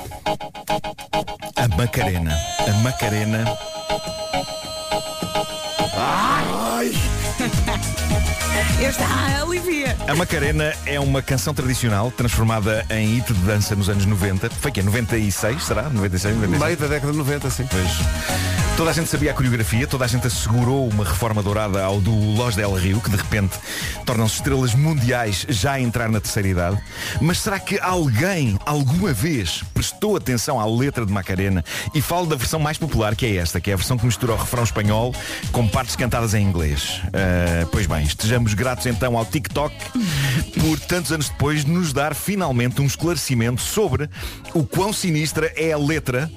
A Macarena. A Macarena. Ai!
Esta, ah, alivia.
A Macarena é uma canção tradicional transformada em hit de dança nos anos 90. Foi que 96, será? 96, 96.
Meio da década de 90, sim.
Pois. Toda a gente sabia a coreografia, toda a gente assegurou uma reforma dourada ao do Los Del Rio, que de repente tornam-se estrelas mundiais já a entrar na terceira idade. Mas será que alguém, alguma vez, prestou atenção à letra de Macarena? E falo da versão mais popular, que é esta, que é a versão que mistura o refrão espanhol com partes cantadas em inglês. Ah, pois bem, estejamos gratos então ao TikTok por tantos anos depois nos dar finalmente um esclarecimento sobre o quão sinistra é a letra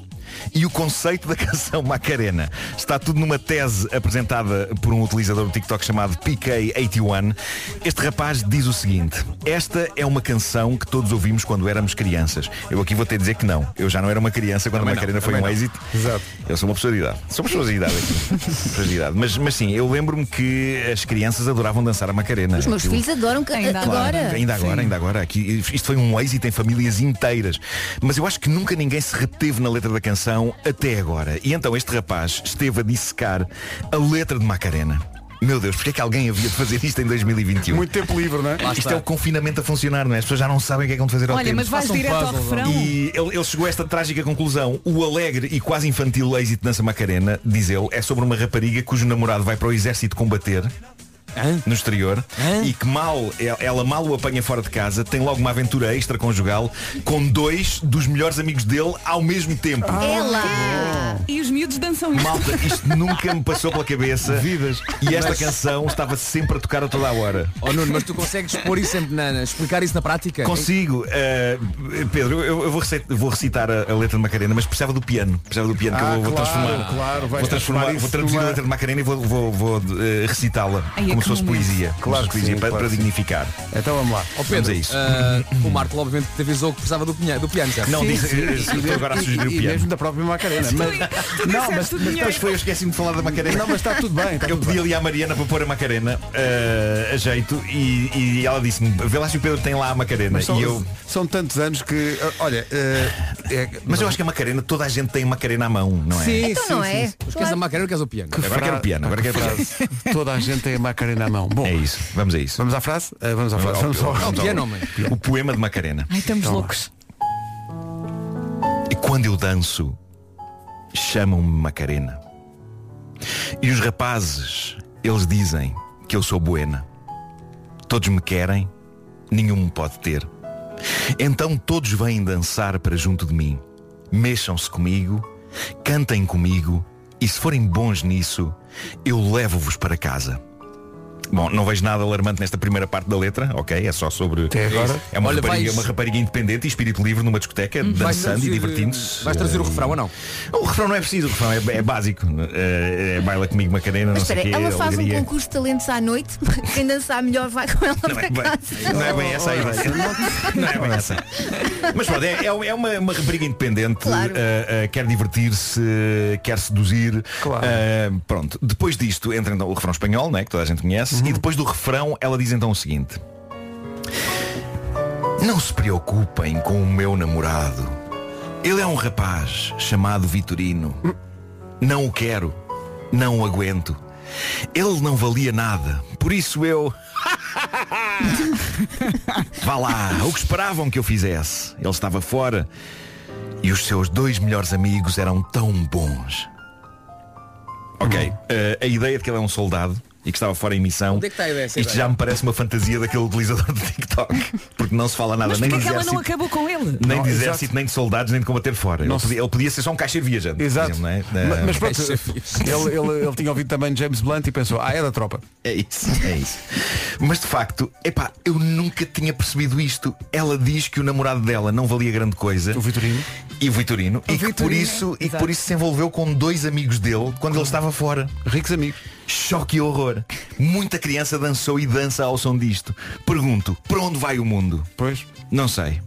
e o conceito da canção Macarena. Está tudo numa tese apresentada por um utilizador do TikTok chamado PK81. Este rapaz diz o seguinte: Esta é uma canção que todos ouvimos quando éramos crianças. Eu aqui vou ter de dizer que não. Eu já não era uma criança quando
Também
a Macarena
não,
foi um
também não.
êxito. Exato. Eu sou uma pessoa de idade. Sou uma pessoa de idade aqui. Pessoas de idade. Mas, mas sim, eu lembro-me que as crianças adoravam dançar a Macarena.
Os meus
Aquilo-
filhos adoram ca- agora.
Claro, ainda agora, ainda agora. Aqui, isto foi um êxito em famílias inteiras. Mas eu acho que nunca ninguém se reteve na letra da canção até agora. E então este rapaz esteve a dissecar a letra de Macarena. Meu Deus, porque é que alguém havia de fazer isto em 2021?
Muito tempo livre, não é?
Isto é o confinamento a funcionar, não é? As pessoas já não sabem o que é que vão fazer ao
Olha,
tempo.
mas vais Façam direto ao puzzle, refrão. vá.
E ele, ele chegou a esta trágica conclusão. O alegre e quase infantil êxito de Dança Macarena, diz ele, é sobre uma rapariga cujo namorado vai para o exército combater. No exterior E que mal el- Ela mal o apanha fora de casa Tem logo uma aventura extraconjugal Com dois dos melhores amigos dele Ao mesmo tempo
Ah. Ela. E os miúdos dançam isto.
Malta, isto nunca me passou pela cabeça Vidas E esta
Mas-
canção estava sempre a tocar a toda a hora
Oh Nuno, mas tu consegues pôr isso em banana, explicar isso na prática?
Consigo. Eh, Pedro, eu, eu vou, receit- vou recitar a, a letra de Macarena, mas precisava do piano. Precisava do piano que eu
Ah,
vou, vou
claro,
transformar.
claro, vais
vou
transformar
transformar,
isso
vou traduzir
numa-
a letra de Macarena e vou, vou- vou, eh, recitá-la
Ai, é
como
que
se fosse
momento.
poesia. como
Claro
se fosse
que
poesia
sim,
para,
claro
para
que sim.
dignificar.
Então vamos lá.
Oh Pedro,
Vamos a isso.
ah, o Marco obviamente te avisou que precisava do, pinha- do piano. já.
Não, diz- eh, estou agora a sugerir o
E
piano.
mesmo da própria Macarena.
Tu-
Mas,
tu
não,
disseste
mas,
o
mas
dinheiro. Pois foi, eu esqueci-me de falar da Macarena.
Não, mas está tudo bem. está
Eu
tudo
pedi ali à Mariana para pôr a Macarena eh, a jeito e, e ela disse-me, vê lá se o Pedro tem lá a Macarena.
Mas são,
E eu.
são tantos anos que, olha, eh, é-
Mas eu acho que a Macarena, toda a gente tem Macarena à mão, não é?
Sim,
Então
sim,
não
sim,
é.
sim.
Mas queres
Claro.
a Macarena ou queres o piano?
Que
Agora quero
fra-
piano, agora
que
quero piano.
frase. Toda a gente tem a Macarena à mão. Bom,
É isso, vamos a isso.
vamos à frase? Eh,
É
vamos à frase. Vamos ao-
Vamos ao-
piano, homem.
O poema de Macarena.
Ai, estamos loucos.
E quando eu danço, chamam-me Macarena. E os rapazes, eles dizem que eu sou buena. Todos me querem, nenhum me pode ter. Então todos vêm dançar para junto de mim. Mexam-se comigo, cantem comigo e se forem bons nisso, eu levo-vos para casa. Bom, não vejo nada alarmante nesta primeira parte da letra, ok? É só sobre.
Até agora.
É uma,
Olha,
rapariga,
vais-
uma rapariga independente e espírito livre numa discoteca,
Uhum.
Vais
dançando e
traduzir, eh,
divertindo-se.
Vais trazer o
Eh,
refrão ou não?
o refrão não é preciso, o refrão é, é básico. É, é baila comigo Macarena,
Mas
não sei
espera,
o quê,
ela faz um
alegria.
concurso de talentos à noite. Quem dançar melhor vai com ela
Não
para
é, bem,
casa.
não é bem essa a ideia. Não é bem essa. Mas pronto, é, é uma- é uma, uma rapariga independente,
Claro.
ah, ah, quer divertir-se, quer seduzir.
Claro.
Ah, pronto, depois disto entra então o refrão espanhol, né, que toda a gente conhece, e depois do refrão ela diz então o seguinte. Não se preocupem com o meu namorado. Ele é um rapaz chamado Vitorino. Não o quero. Não aguento. Ele não valia nada. Por isso eu. Vá lá, o que esperavam que eu fizesse. Ele estava fora e os seus dois melhores amigos eram tão bons. Ok,
Hum.
eh, a ideia de que ele é um soldado e que estava fora em missão.
Onde é que está a ideia?
Isto já me parece uma fantasia daquele utilizador do TikTok. Porque não se fala nada
Mas
nem
porquê é
de
que ela não
exército,
acabou com ele?
nem assim, de exército, nem de soldados, nem de combater fora. Ele podia, ele podia ser só um caixeiro viajante. por
Exato.
exemplo, não é?
Ma-
Eh,
Mas pronto, ele, ele, ele tinha ouvido também James Blunt e pensou, ah, é da tropa.
É isso, é isso. Mas de facto, epá, eu nunca tinha percebido isto. Ela diz que o namorado dela não valia grande coisa. O
Vitorino.
E o Vitorino. e que por
Vitorino,
isso, e que
exato.
por isso se envolveu com dois amigos dele quando ele estava fora.
Ricos amigos.
Choque e horror. Muita criança dançou e dança ao som disto. Pergunto, para onde vai o mundo?
Pois.
Não sei.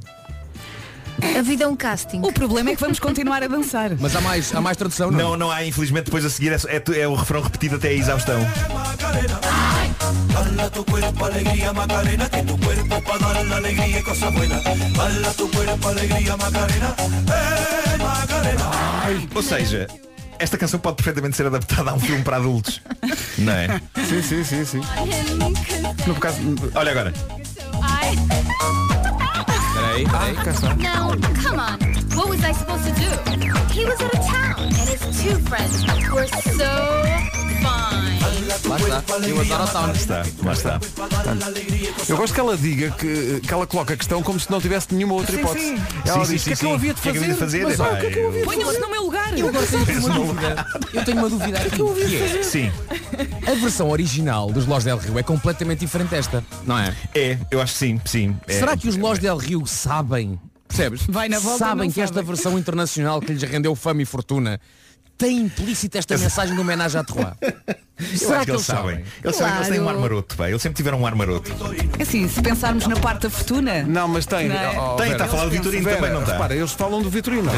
A vida é um casting.
O problema é que vamos continuar a dançar.
Mas há mais, há mais tradução, não? é? Não, não há, infelizmente depois a seguir é, é, é o refrão repetido até a exaustão.
Dala tu cuerpo alegría Macarena, que tu cuerpo para dar la alegría y cosas buenas. Dala tu cuerpo alegría Macarena, eh Macarena.
Ou seja, esta canção pode perfeitamente ser adaptada a um filme para adultos. Não é?
Sim, sim, sim, sim.
é
No caso,
Olha agora.
Peraí,
Ah,
peraí.
No, come on. What was I supposed to do? He was out of town, and his two friends were so fine.
Lá está. Eu adoro a
Lá
sound.
está, lá está.
Eu gosto que ela diga que, que ela coloca a questão como se não tivesse nenhuma outra
Sim,
hipótese.
sim.
Ela diz,
Sim,
o
sim,
que é
sim,
que eu
sim.
havia de
O que é que eu
fazer?
havia de fazer?
Mas,
Epá,
olha, o que é que eu havia de
Ponham-se no meu lugar.
Eu agora
é
tenho uma dúvida. Eu tenho uma dúvida aqui. que é,
Sim.
A versão original dos Los Del Rio é completamente diferente desta, não é?
É, eu acho que sim, sim. É.
Será que os Los Del Rio sabem? Percebes?
Vai na volta,
sabem
não
que esta
sabem.
versão internacional que lhes rendeu fama e fortuna tem implícita esta mensagem de homenagem à Troá.
Eu
Será
acho que eles sabem. Eles sabem que eles
Claro.
têm um ar maroto, pá. Eles sempre tiveram um ar maroto.
Assim, se pensarmos na parte da fortuna.
Não, mas tem.
Não é?
oh,
Tem,
Vera.
está a falar do Vitorino
Vera,
também, não está?
Repara, eles falam do Vitorino.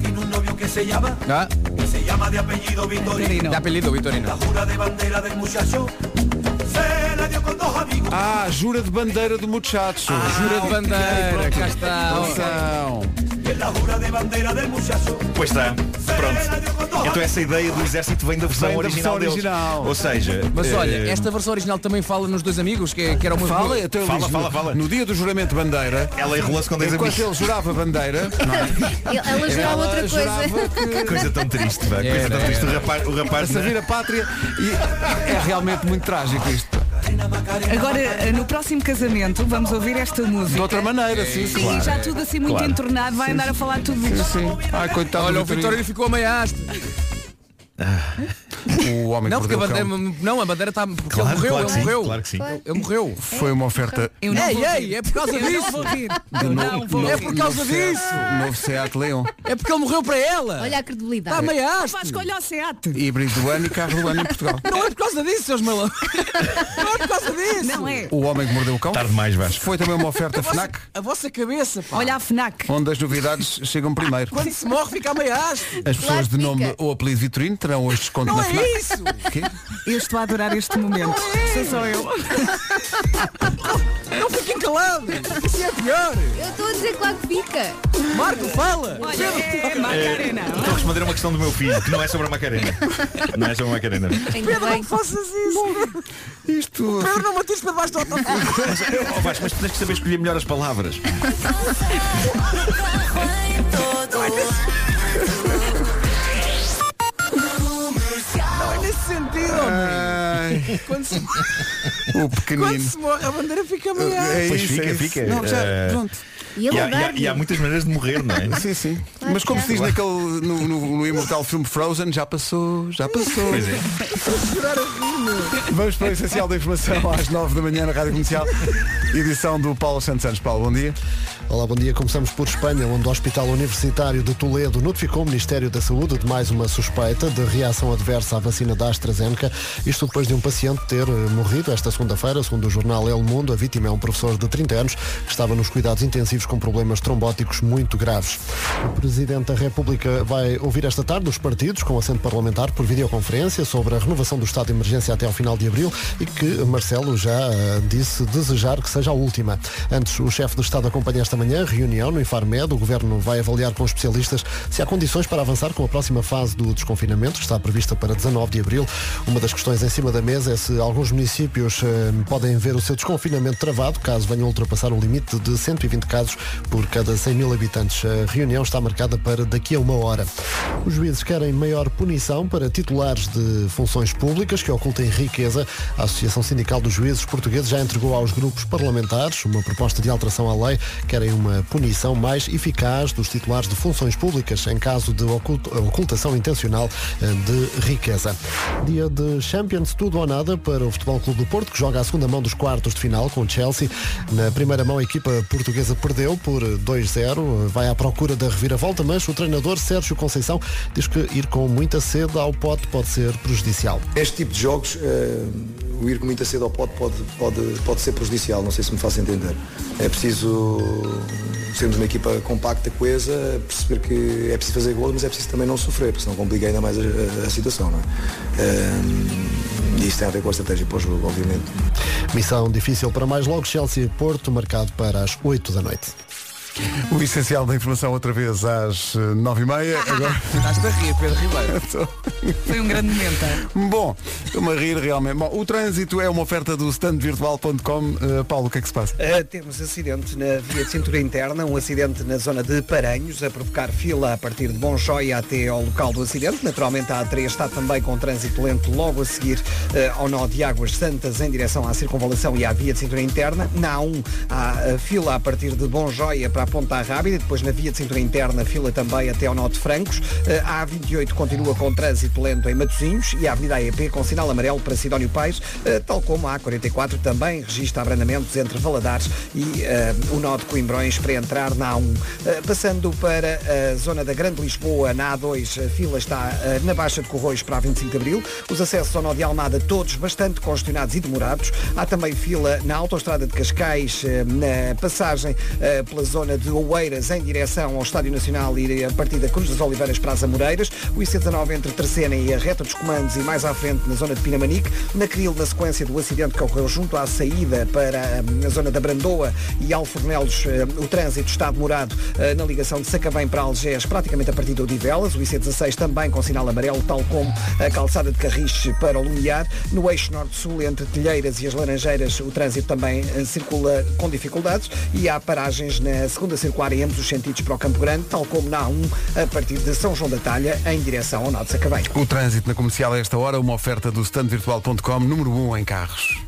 Tiene un novio que se llama,
Ah,
que se llama de apellido Vitorino.
dá apelido, Vitorino.
Jura de bandera del muchacho, se la dio con dos amigos.
Ah, jura de bandeira do muchacho.
Ah,
Jura de bandeira, cá está.
Atenção.
Es la jura de bandera del muchacho.
Pois está, pronto. Então essa ideia do exército vem da versão,
Vem da versão
original, deles.
original.
Ou seja,
Mas olha,
eh, então,
esta versão original também fala nos dois amigos, que, que era uma
Fala, até eu digo, no- No dia do juramento de bandeira,
Ela enrolou-se com dois
enquanto
amigos.
ele jurava bandeira, não é?
Ela jurava outra coisa.
Coisa tão triste,
É,
vá. Coisa tão triste. O rapaz, o
para
rapaz
servir a pátria e é realmente muito trágico isto.
Agora, no próximo casamento, vamos ouvir esta música.
De outra maneira, sim,
Sim,
claro.
já tudo assim muito
Claro.
entornado, vai
Sim,
andar a
sim.
falar tudo
Sim,
isto.
sim. Ai, coitado
Olha,
do
o Vitorino ficou ameaço.
O homem
Não,
que
porque a
perdeu o
bandeira,
cão.
não, a bandeira está. Porque
Claro,
ele morreu,
claro que
ele
sim,
morreu.
claro que sim.
Ele morreu.
Foi uma oferta
Eu não
ei,
vou
ei,
rir.
é por causa
Eu
disso.
não vou rir.
do
Eu não vou
É
rir.
por causa
novo
disso.
Seat- Novo Seat Leon.
É porque ele morreu para ela.
Olha a credibilidade.
Está meia
Faz escolha ao Seat.
Híbrido do ano e carro do ano em Portugal.
Não é por causa disso, seus malandros. Não é por causa disso.
Não é.
O homem que mordeu o cão.
Tarde mais, Vasco.
Foi também uma oferta
A vossa,
FNAC,
a vossa cabeça, pá.
Olha a FNAC.
onde as novidades chegam primeiro.
Quando se morre, fica ameaço.
As pessoas de nome ou apelido Vitorino terão hoje desconto
Não
na
é
FNAC.
isso. é
Quê?
Eu estou a adorar este momento. Sou só eu.
Não fiquem calados. Isso é pior.
Eu estou a dizer claro que fica.
Marco, fala.
Olha, é Macarena.
Estou a Eh, responder a uma questão do meu filho, que não é sobre a Macarena. Não é sobre a Macarena.
Ainda
Pedro, não
bem.
faças isso.
Isto.
Pedro, não me atires para baixo do autocarro.
Oh, Vasco, mas tu tens que saber escolher melhor as palavras.
Não é nesse sentido, homem.
Ai,
Quando se,
o
quando
pequenino.
se morre, a bandeira fica
É
ameaço.
Pois
isso,
fica,
é isso.
fica.
Não, já,
Eh,
pronto.
E
é
E
ele
há, e há-
adora-lhe.
e há muitas maneiras de morrer, não é?
Sim, sim. Mas como se diz naquele, no, no- no imortal filme Frozen, já passou, já passou.
Pois é.
Vamos para o essencial da informação às 9 da manhã na Rádio Comercial. Edição do Paulo Santos Santos. Paulo, bom dia.
Olá, bom dia. Começamos por Espanha, onde o Hospital Universitário de Toledo notificou o Ministério da Saúde de mais uma suspeita de reação adversa à vacina da AstraZeneca. Isto depois de um paciente ter eh, morrido esta segunda-feira, segundo o jornal El Mundo. A vítima é um professor de 30 anos que estava nos cuidados intensivos com problemas trombóticos muito graves. O Presidente da República vai ouvir esta tarde os partidos com assento parlamentar por videoconferência sobre a renovação do estado de emergência até ao final de abril e que Marcelo já eh, disse desejar que seja a última. Antes, o chefe de Estado acompanha esta esta manhã, reunião no Infarmed. O Governo vai avaliar com especialistas se há condições para avançar com a próxima fase do desconfinamento, que está prevista para 19 de abril. Uma das questões em cima da mesa é se alguns municípios eh, podem ver o seu desconfinamento travado, caso venham a ultrapassar o limite de 120 casos por cada 100 mil habitantes. A reunião está marcada para daqui a uma hora. Os juízes querem maior punição para titulares de funções públicas que ocultem riqueza. A Associação Sindical dos Juízes Portugueses já entregou aos grupos parlamentares uma proposta de alteração à lei. Querem uma punição mais eficaz dos titulares de funções públicas em caso de ocult- ocultação intencional eh, de riqueza. Dia de Champions, tudo ou nada para o Futebol Clube do Porto, que joga a segunda mão dos quartos de final com o Chelsea. Na primeira mão, a equipa portuguesa perdeu por 2-0. Vai à procura da reviravolta, mas o treinador Sérgio Conceição diz que ir com muita sede ao pote pode ser prejudicial.
Neste tipo de jogos, eh, o ir com muita cedo ao pote pode, pode, pode ser prejudicial, não sei se me faço entender. É preciso sermos uma equipa compacta, coesa, perceber que é preciso fazer gol, mas é preciso também não sofrer, porque senão complica ainda mais a, a- a situação. Não é? Eh, e isso tem a ver com a estratégia para o jogo, obviamente.
Missão difícil para mais logo Chelsea e Porto, marcado para as 8 da noite.
O essencial da informação outra vez às eh, 9h30. Agora...
Estás a rir, Pedro Ribeiro.
Foi um grande momento.
Bom, estou-me a rir realmente. Bom, o trânsito é uma oferta do standvirtual.com. Eh, Paulo, o que é que se passa?
Uh, temos acidente na via de cintura interna, um acidente na zona de Paranhos, a provocar fila a partir de Bonjoia até ao local do acidente. Naturalmente, a A3 está também com trânsito lento logo a seguir uh, ao nó de Águas Santas em direção à circunvalação e à via de cintura interna. Na A1 há uh, fila a partir de Bonjoia para a Ponta Rábida, depois na via de cintura interna, fila também até ao nó de Francos. Uh, a A28 continua com trânsito lento em Matosinhos e a Avenida AEP com sinal amarelo para Sidónio Pais, eh, tal como a A44 também registra abrandamentos entre Valadares e eh, o nó de Coimbrões para entrar na A1. Eh, passando para a zona da Grande Lisboa, na A2, a fila está eh, na Baixa de Corroios para a 25 de Abril. Os acessos ao nó de Almada todos bastante congestionados e demorados. Há também fila na Autostrada de Cascais, eh, na passagem eh, pela zona de Oeiras em direção ao Estádio Nacional e a partir da Cruz das Oliveiras para as Amoreiras. O IC19 entre Terceira e a reta dos comandos e mais à frente na zona de Pinamanique. Na Cril, na sequência do acidente que ocorreu junto à saída para hum, a zona da Brandoa e Alfornelos, hum, o trânsito está demorado hum, na ligação de Sacavém para Algés, praticamente a partir do Odivelas. O IC16 também com sinal amarelo, tal como a calçada de Carriche para o Lumiar. No eixo norte-sul, entre Telheiras e as Laranjeiras, o trânsito também hum, circula com dificuldades e há paragens na segunda circular em ambos os sentidos para o Campo Grande, tal como na A1 a partir de São João da Talha em direção ao Norte de Sacavém.
O trânsito na comercial a esta hora, uma oferta do standvirtual.com, número 1 um em carros.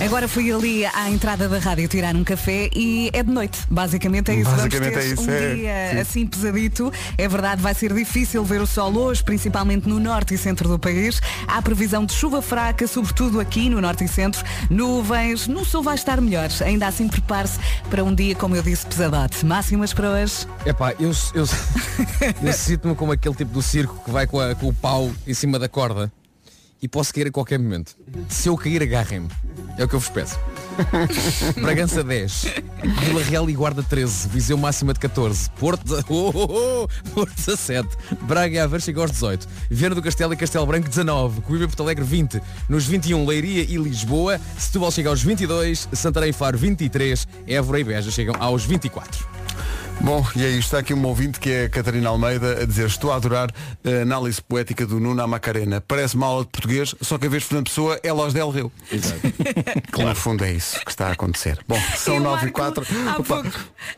Agora fui ali à entrada da rádio tirar um café e é de noite. Basicamente é isso.
Basicamente
Vamos ter
é isso,
um
é.
dia
Sim.
assim pesadito. É verdade, vai ser difícil ver o sol hoje, principalmente no norte e centro do país. Há previsão de chuva fraca, sobretudo aqui no norte e centro. Nuvens, no sul vai estar melhor. Ainda assim, prepare-se para um dia, como eu disse, pesadote. Máximas para hoje.
Epá, eu, eu, eu sinto-me como aquele tipo do circo que vai com, a- com o pau em cima da corda e posso cair a qualquer momento. Se eu cair, agarrem-me. É o que eu vos peço. Bragança 10, Vila Real e Guarda 13, Viseu máxima de 14, Porto, de- oh, oh, oh, Porto 17, Braga e Aveiro chega aos 18, Viana do Castelo e Castelo Branco 19, Coimbra e Porto Alegre 20, nos 21 Leiria e Lisboa, Setúbal chega aos 22, Santarém e Faro 23, Évora e Beja chegam aos 24.
Bom, e é isto. Está aqui um ouvinte que é a Catarina Almeida a dizer estou a adorar a análise poética do Nuno à Macarena. Parece uma aula de português, só que a vez de Fernando Pessoa é Los Del Rio. Exato. claro. No fundo é isso que está a acontecer. Bom, são
E o
9 e
Marco,
4.
Há pouco,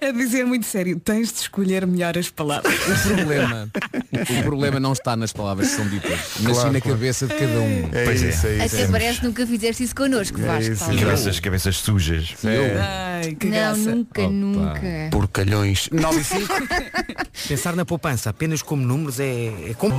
a dizer muito sério, tens de escolher melhor as palavras.
O problema, o problema não está nas palavras que são ditas, mas
Claro,
sim na
claro.
cabeça de cada um.
É Pois é. isso, é
Até parece que nunca fizeste É isso connosco,
É
Vasco. Paulo.
Cabeças, cabeças sujas.
Ai,
Não, nunca, nunca.
Porcalhões. 9 e 5.
Pensar na poupança apenas como números é, é como...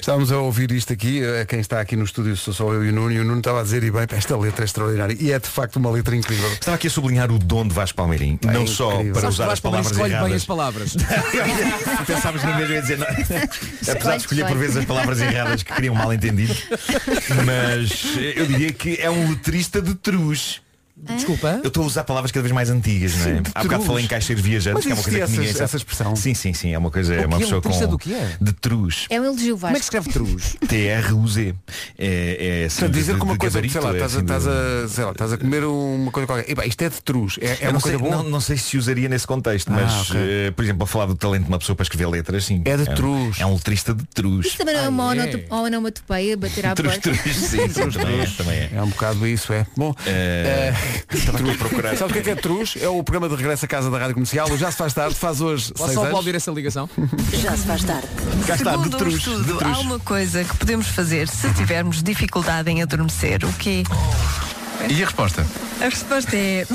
Estávamos a ouvir isto aqui, eh, quem está aqui no estúdio sou só eu e o Nuno, e o Nuno estava a dizer, e bem, pá, esta letra é extraordinária. E é de facto uma letra incrível.
Estava aqui a sublinhar o dom de Vasco Palmeirim,
É
não só
incrível.
para
Sabes
usar
que
as
Vasco Palmeirim
palavras
escolhe bem
erradas.
as
palavras.
Pensávamos na mesma ia dizer, não.
é?
apesar de escolher por vezes as palavras erradas que criam mal entendido, mas eh, eu diria que é um letrista de truz. Desculpa. Eu estou a usar palavras cada vez mais antigas, não é?
Sim, de
Há bocado
truz.
falei em caixeiros viajantes,
Mas
que é uma coisa
existe
que ninguém
essas-
sabe.
essa expressão?
Sim, sim, sim. É uma coisa,
O
é
que
uma
é?
pessoa
Truz
com.
é do que é?
De truz.
É um elogio, Vasco.
Como é que escreve truz? T-R-U-Z. É, é assim,
Portanto, dizer
de-
que uma
de
coisa,
gabarito,
sei lá,
é
estás, a-
assim,
estás
de-
a, sei lá, estás a comer uma coisa qualquer. Epá, isto é de truz. É, é
Eu
uma
não
coisa
sei,
boa.
Não, não sei se usaria nesse contexto,
Ah,
mas,
ok.
eh, por exemplo, a falar do talento de uma pessoa para escrever letras, sim.
É de
um-
truz.
É um letrista de truz.
Isso também não é uma onoto- onomatopeia, bater à
Truz,
porta.
truz, sim, sim, também é, também é.
É um bocado isso, é. Bom, eh,
estava aqui a
truz.
procurar.
Sabes o que é que é truz? É o programa de regresso à casa da Rádio Comercial. O Já se faz tarde, faz hoje.
Posso
seis
só
anos.
aplaudir essa ligação?
Já se faz tarde.
Cá está,
Segundo
de truz,
um
de
estudo,
truz.
há uma coisa que podemos fazer se tivermos dificuldade em adormecer. O quê?
E a resposta?
A resposta é.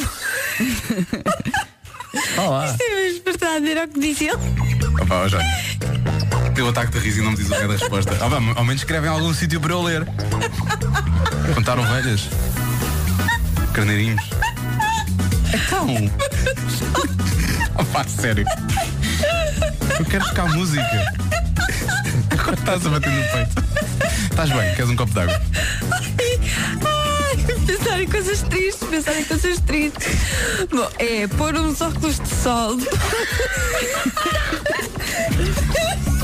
Olá.
Isto é mesmo verdade, era o que dizia ele.
Opa, já. Teu ataque de riso e não me diz o que é da resposta. Ah, vá, ao menos escrevem em algum sítio para eu ler. Contar ovelhas. Carneirinhos. Então. Opa, sério. Eu quero tocar música. Agora estás a bater no peito. Estás bem, queres um copo d'água?
Ai, Pensar em coisas tristes, pensar em coisas tristes. Bom, é pôr uns óculos de sol.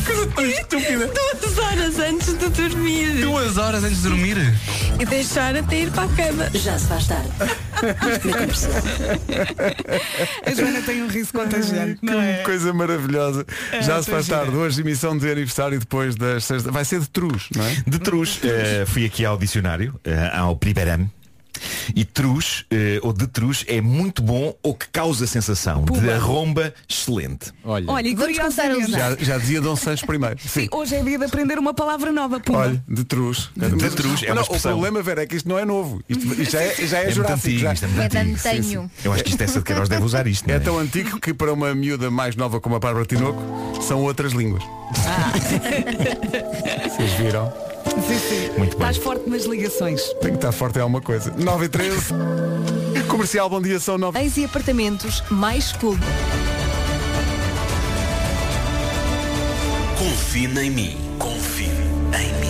Coisa tão estúpida. Duas horas antes de dormir.
Duas horas antes de dormir?
E deixar até ir para a cama. Já se faz tarde. é
A Joana tem um riso contagiante. Não é?
Que coisa maravilhosa.
É,
Já se faz
gira.
tarde. Hoje, emissão de aniversário depois das seis. da- Vai ser de truz, não é?
De truz. Eh, fui aqui ao dicionário, eh, ao Priberam. E truz, eh, ou de truz, é muito bom ou que causa sensação de
Puma.
arromba excelente.
Olha,
Olha, e curiosamente,
já, já dizia Dom Sancho primeiro. Sim.
um hoje é dia de aprender uma palavra nova. Pumba.
Olha, de truz.
De truz, é uma
Não, O
expressão.
problema, Vera, é que isto não é novo. Isto, isto já é, já é,
muito
jurássico.
antigo,
já.
isto é muito antigo. Sim, sim. Eu acho que isto é essa de Queiroz deve usar isto. não
É tão antigo que para uma miúda mais nova como a Bárbara Tinoco são outras línguas.
Ah.
Vocês viram?
Sim, sim.
Muito
Estás forte nas ligações.
Tem que estar forte é alguma coisa. 9 e 13. Comercial, bom dia, são 9.
Eis e apartamentos mais cool.
Confina em mim. Confie.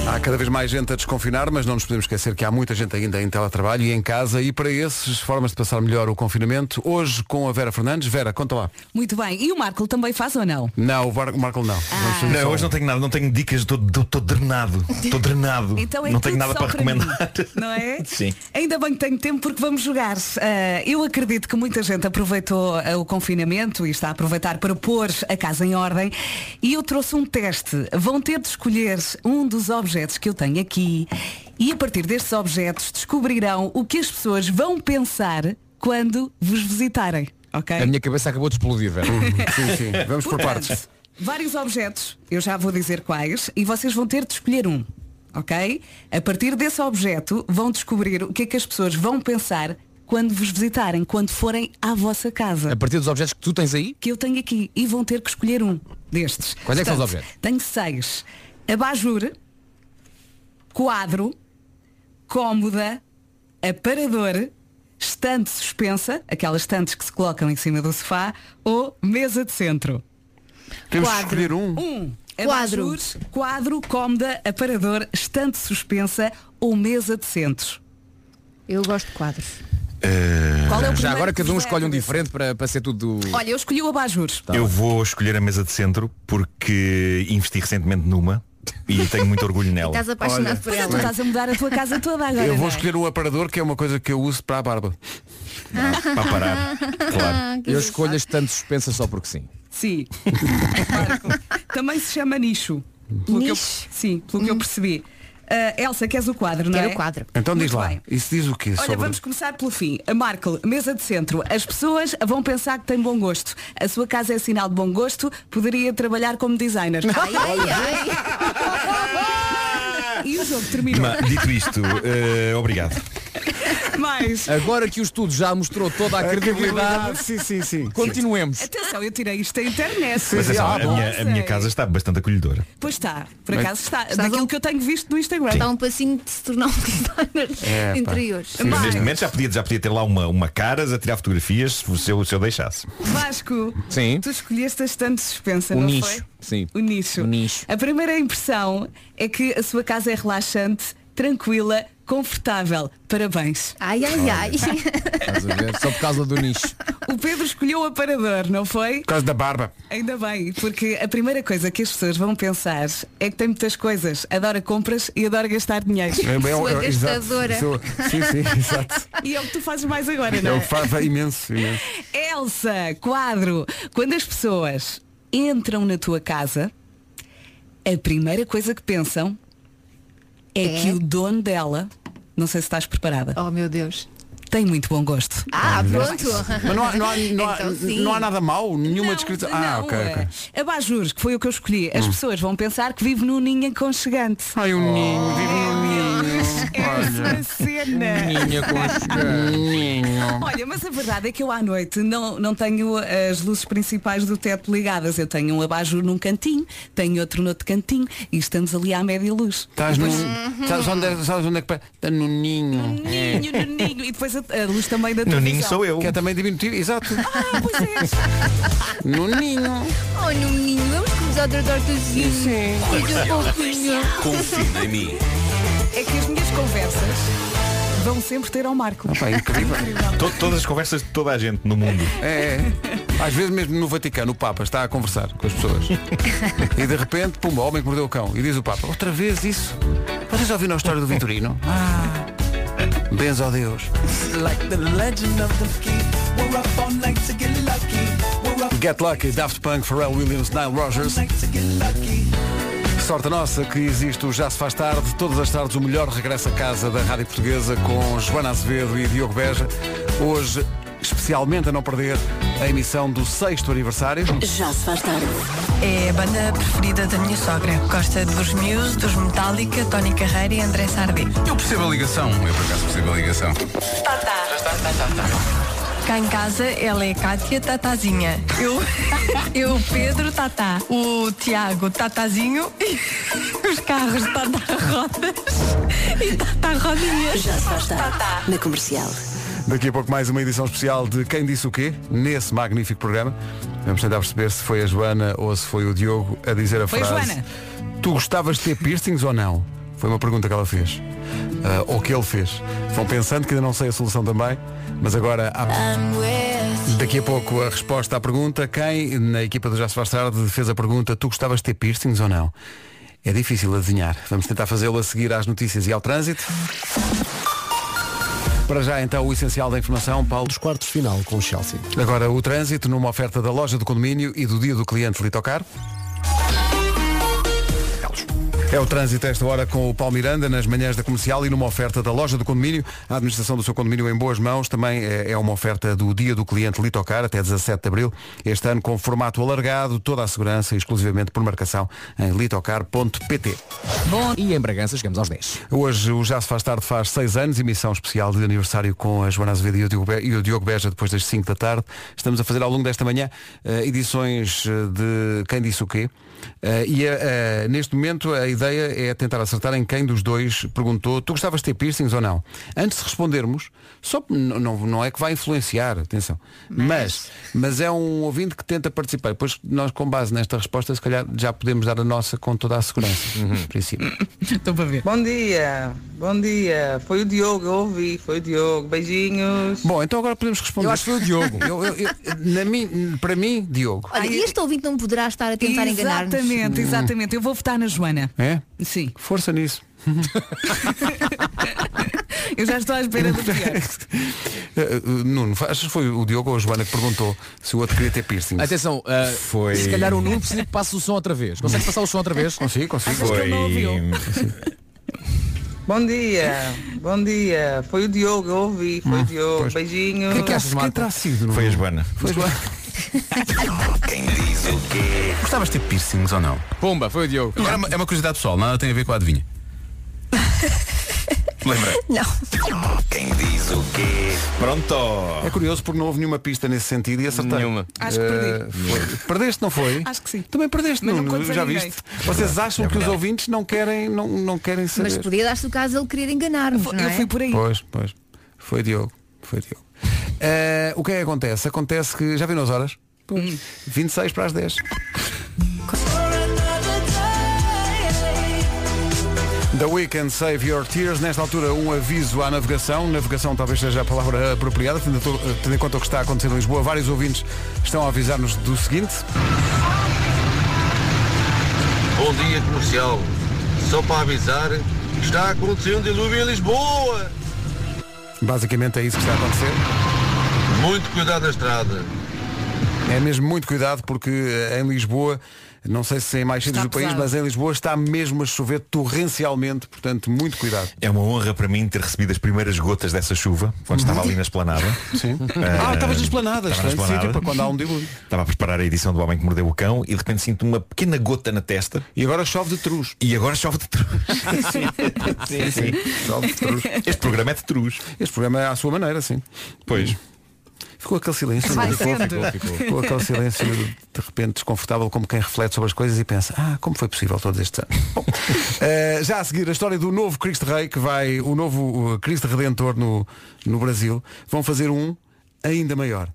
Há cada vez mais gente a desconfinar, mas não nos podemos esquecer que há muita gente ainda em teletrabalho e em casa. E para esses, formas de passar melhor o confinamento, hoje com a Vera Fernandes. Vera, conta lá.
Muito bem. E o Marco também faz ou não?
Não, o Bar- o Marco não.
Ah.
Vamos fazer
Não,
só
hoje
um.
não tenho nada, não tenho dicas, estou drenado. Estou drenado.
Então é
não tenho
tudo
nada
só
para
para
recomendar.
Não é?
Sim.
Ainda bem que tenho tempo porque vamos jogar. Ah, eu acredito que muita gente aproveitou ah, o confinamento e está a aproveitar para pôr a casa em ordem. E eu trouxe um teste. Vão ter de escolher um dos objetos que eu tenho aqui e a partir destes objetos descobrirão o que as pessoas vão pensar quando vos visitarem. Ok?
A minha cabeça acabou de explodir, velho.
sim, sim. Vamos
Portanto, Vários objetos, eu já vou dizer quais, e vocês vão ter de escolher um, ok? A partir desse objeto vão descobrir o que é que as pessoas vão pensar quando vos visitarem, quando forem à vossa casa.
A partir dos objetos que tu tens aí,
Que eu tenho aqui e vão ter que escolher um destes.
Quais é que são os
Portanto,
objetos?
Tenho seis. Abajur, quadro, cómoda, aparador, estante suspensa, aquelas estantes que se colocam em cima do sofá, ou mesa de centro.
Temos de escolher um.
Um.
Quadro.
Quadro. Quadro, cómoda, aparador, estante suspensa ou mesa de centros.
Eu gosto de quadros.
Qual é o
já
primeiro
agora
que
cada um
vos
escolhe um
leva?
diferente para, para ser tudo.
Olha, eu escolhi o abajur.
Tá. Eu vou escolher a mesa de centro porque investi recentemente numa e tenho muito orgulho nela.
Estás apaixonado por
Pois é,
ela.
tu estás a mudar a tua casa toda agora.
Eu
não
vou
é?
escolher o aparador, que é uma coisa que eu uso para a barba.
Para
Ah,
parar.
Ah,
Claro. Eu escolho as tantas suspensas só porque sim.
Sim. Marco. Também se chama nicho. Pelo que eu- sim, pelo que eu percebi. Ah, Elsa, queres o quadro, não
Hum. Quero
é?
o quadro.
Então diz
Muito
lá.
bem.
Isso diz o quê?
Olha,
sobre-
vamos começar pelo fim. A Marco, mesa de centro. As pessoas vão pensar que têm bom gosto. A sua casa é sinal de bom gosto. Poderia trabalhar como designer.
Ai, ai, ai.
E o jogo terminou.
Ma- dito isto, eh, obrigado.
Mais.
Agora que o estudo já mostrou toda a credibilidade,
Sim, sim, sim.
continuemos.
Atenção, eu tirei isto da internet.
Mas atenção,
Ah,
a,
bom,
minha, a
sei.
minha casa está bastante acolhedora.
Pois está, por
Mas-
acaso está. Daquilo que eu tenho visto no Instagram.
Está um passinho de se tornar um designer
É, pá.
de interiores.
Mas neste momento já podia, já podia ter lá uma, uma caras a tirar fotografias se, o seu- se eu deixasse.
Vasco,
Sim.
tu escolheste a estante suspensa,
O
não
nicho.
foi?
Sim.
O nicho.
O nicho.
A primeira impressão é que a sua casa é relaxante, tranquila, confortável. Parabéns.
Ai, ai, ai.
Estás a ver? Só por causa do nicho.
O Pedro escolheu o aparador, não foi?
Por causa da barba.
Ainda bem, porque a primeira coisa que as pessoas vão pensar é que tem muitas coisas, adora compras e adora gastar dinheiro.
É bem, Sua é, é, exato. gastadora. Sou- sim, sim, exato.
E é o que tu fazes mais agora, não é?
Eu faço imenso, imenso.
Elsa, quadro. Quando as pessoas entram na tua casa, a primeira coisa que pensam é, que o dono dela, não sei se estás preparada.
Oh meu Deus.
Tem muito bom gosto.
Ah, pronto.
Uhum. Mas não há, não há- não há-
Então, sim.
não há nada mal, nenhuma descrição. Ah,
Não,
ok, ok. Hum.
é. Abajures, que foi o que eu escolhi. As pessoas vão pensar que vive num ninho aconchegante.
Ai, um ninho, vive num ninho.
Olha. cena.
Ninho aconchegante. Ninho.
Olha, mas a verdade é que eu à noite não, não tenho eh, as luzes principais do teto ligadas. Eu tenho um abajur num cantinho, tenho outro noutro cantinho e estamos ali à média luz.
Estás
E
num.
depois- Uhum.
Sabes onde, é- sabes onde é que. pa- Está no ninho.
Ninho, no ninho. E depois a, a luz também da
No
televisão.
ninho sou eu. Que é também diminutivo, exato.
Ah, pois é.
No ninho.
Oh, no ninho, vamos começar a tratar assim. dozinho. Sim. Coisa fofinha.
Confia em mim.
É que as minhas conversas vão sempre ter ao Marco.
é incrível.
To- todas as conversas de toda a gente no mundo.
É, é. Às vezes mesmo no Vaticano o Papa está a conversar com as pessoas. e de repente, pumba, homem que mordeu o cão. E diz o Papa, outra vez isso. Vocês já ouviram a história do Vitorino? Benzo a Deus.
Ah, Like the legend of the key. We're up all night to get lucky. We're up
Get Lucky, Daft Punk, Pharrell Williams, Nile Rogers. Sorte nossa que existe o Já se faz tarde. Todas as tardes o melhor regresso a casa da Rádio Portuguesa com Joana Azevedo e Diogo Beja. Hoje, especialmente a não perder, a emissão do sexto aniversário.
Já se faz tarde. É a banda preferida da minha sogra. Gosta dos Muse, dos Metallica, Tony Carreira e André Sardi.
Eu percebo a ligação. Eu por acaso percebo a ligação. Está,
tá.
Já está, está, está, está.
Cá em casa ela é Cátia Tatazinha. Eu, eu Pedro Tatá. O Tiago Tatazinho e os carros Tatá Rodas e Tatá Rodinhas. Já se faz tarde.
Na comercial.
Daqui a pouco mais uma edição especial de Quem Disse o Quê, nesse magnífico programa. Vamos tentar perceber se foi a Joana ou se foi o Diogo a dizer a
Foi a
frase.
Joana.
Tu gostavas de ter piercings ou não? Foi uma pergunta que ela fez. Ah, ou que ele fez. Vão pensando que ainda não sei a solução também, mas agora há... Daqui a pouco a resposta à pergunta, quem na equipa do Já se faz tarde fez a pergunta, tu gostavas de ter piercings ou não? É difícil adivinhar. Vamos tentar fazê-lo a seguir às notícias e ao trânsito. Para já então o essencial da informação, Paulo. Dos
quartos de final com o Chelsea.
Agora o trânsito numa oferta da loja do condomínio e do dia do cliente Litocar. É o trânsito a esta hora com o Paulo Miranda nas manhãs da comercial e numa oferta da loja do condomínio. A administração do seu condomínio em boas mãos também é é uma oferta do Dia do Cliente Litocar até 17 de abril. Este ano com formato alargado, toda a segurança exclusivamente por marcação em litocar.pt.
Bom, e em Bragança chegamos aos 10.
Hoje o Já se faz tarde faz seis anos, emissão especial de aniversário com a Joana Azevedo e o Diogo Be- e o Diogo Beja depois das 5 da tarde. Estamos a fazer ao longo desta manhã eh, edições eh, de Quem Disse o Quê. Eh, e eh, eh, neste momento a ideia é tentar acertar em quem dos dois perguntou tu gostavas de ter piercings ou não? Antes de respondermos, só n- não, não é que vai influenciar, atenção, mas, mas é um ouvinte que tenta participar. Depois nós com base nesta resposta se calhar já podemos dar a nossa com toda a segurança, no princípio.
Estou para ver.
Bom dia, bom dia. Foi o Diogo, eu ouvi, foi o Diogo. Beijinhos.
Bom, então agora podemos responder.
Eu acho que foi o Diogo.
Eu- eu- eu- na mim, para mim, Diogo.
Olha, e este ouvinte não poderá estar a tentar enganar-nos.
Exatamente,
Hum.
exatamente. Eu vou votar na Joana.
É?
Sim.
Força nisso.
Eu já estou à espera do pior.
Eh, Nuno, achas que foi o Diogo ou a Joana que perguntou se o outro queria ter piercing?
Atenção, ah,
Foi-
se calhar o Nuno precisa que passe o som outra vez. Consegue passar o som outra vez?
Consigo, consigo.
Bom dia, bom dia. Foi o Diogo, eu ouvi,
Ah,
foi o Diogo. Beijinhos.
é sido?
Foi a Joana.
Foi a Joana.
Quem diz o quê?
Gostavas de ter piercings ou não?
Pumba, foi o Diogo.
Agora é uma- é uma curiosidade pessoal, nada tem a ver com a adivinha. Lembra?
Não.
Quem diz o quê? Pronto.
É curioso porque não houve nenhuma pista nesse sentido e acertei. Nenhuma.
Acho que perdi.
Perdeste, não foi? Acho que sim. Também perdeste,
Mas não
Nuno,
contes a
já
ninguém.
viste? Vocês acham
É
que os
verdade.
ouvintes não querem, não, não querem saber.
Mas podia dar-se o caso ele querer enganar-nos. não
Eu
é?
fui por aí.
Pois, pois. Foi Diogo. Foi Diogo. Eh, o que é que acontece? Acontece que. Já viram as horas? 26 para as 10. The Weekend Save Your Tears. Nesta altura, um aviso à navegação. Navegação talvez seja a palavra apropriada, tendo, tendo em conta o que está acontecendo em Lisboa. Vários ouvintes estão a avisar-nos do seguinte.
Bom dia, comercial. Só para avisar que está acontecendo um dilúvio em Lisboa.
Basicamente é isso que está a acontecer.
Muito cuidado na estrada.
É mesmo muito cuidado porque eh, em Lisboa, não sei se é em mais sítios
Está
do país,
pesado.
mas em Lisboa está mesmo a chover torrencialmente, portanto, muito cuidado.
É uma honra para mim ter recebido as primeiras gotas dessa chuva, quando estava ali na esplanada.
Sim.
Ah,
Ah, estavas na esplanada,
estava na
excelente
esplanada.
sítio para quando há um dilúvio.
Estava a preparar a edição do Homem que Mordeu o Cão e de repente sinto uma pequena gota na testa.
E agora chove de truz.
E agora chove de truz.
Sim, sim. Chove de truz.
Este programa é de truz.
Este programa é à sua maneira, sim.
Pois.
Ficou aquele silêncio.
Vai
não é? ficou,
sendo.
ficou, ficou. Ficou aquele silêncio de repente desconfortável, como quem reflete sobre as coisas e pensa, ah, como foi possível todos estes anos? Bom, eh, já a seguir a história do novo Cristo Rei, que vai, o novo eh, Cristo Redentor no, no Brasil, vão fazer um ainda maior.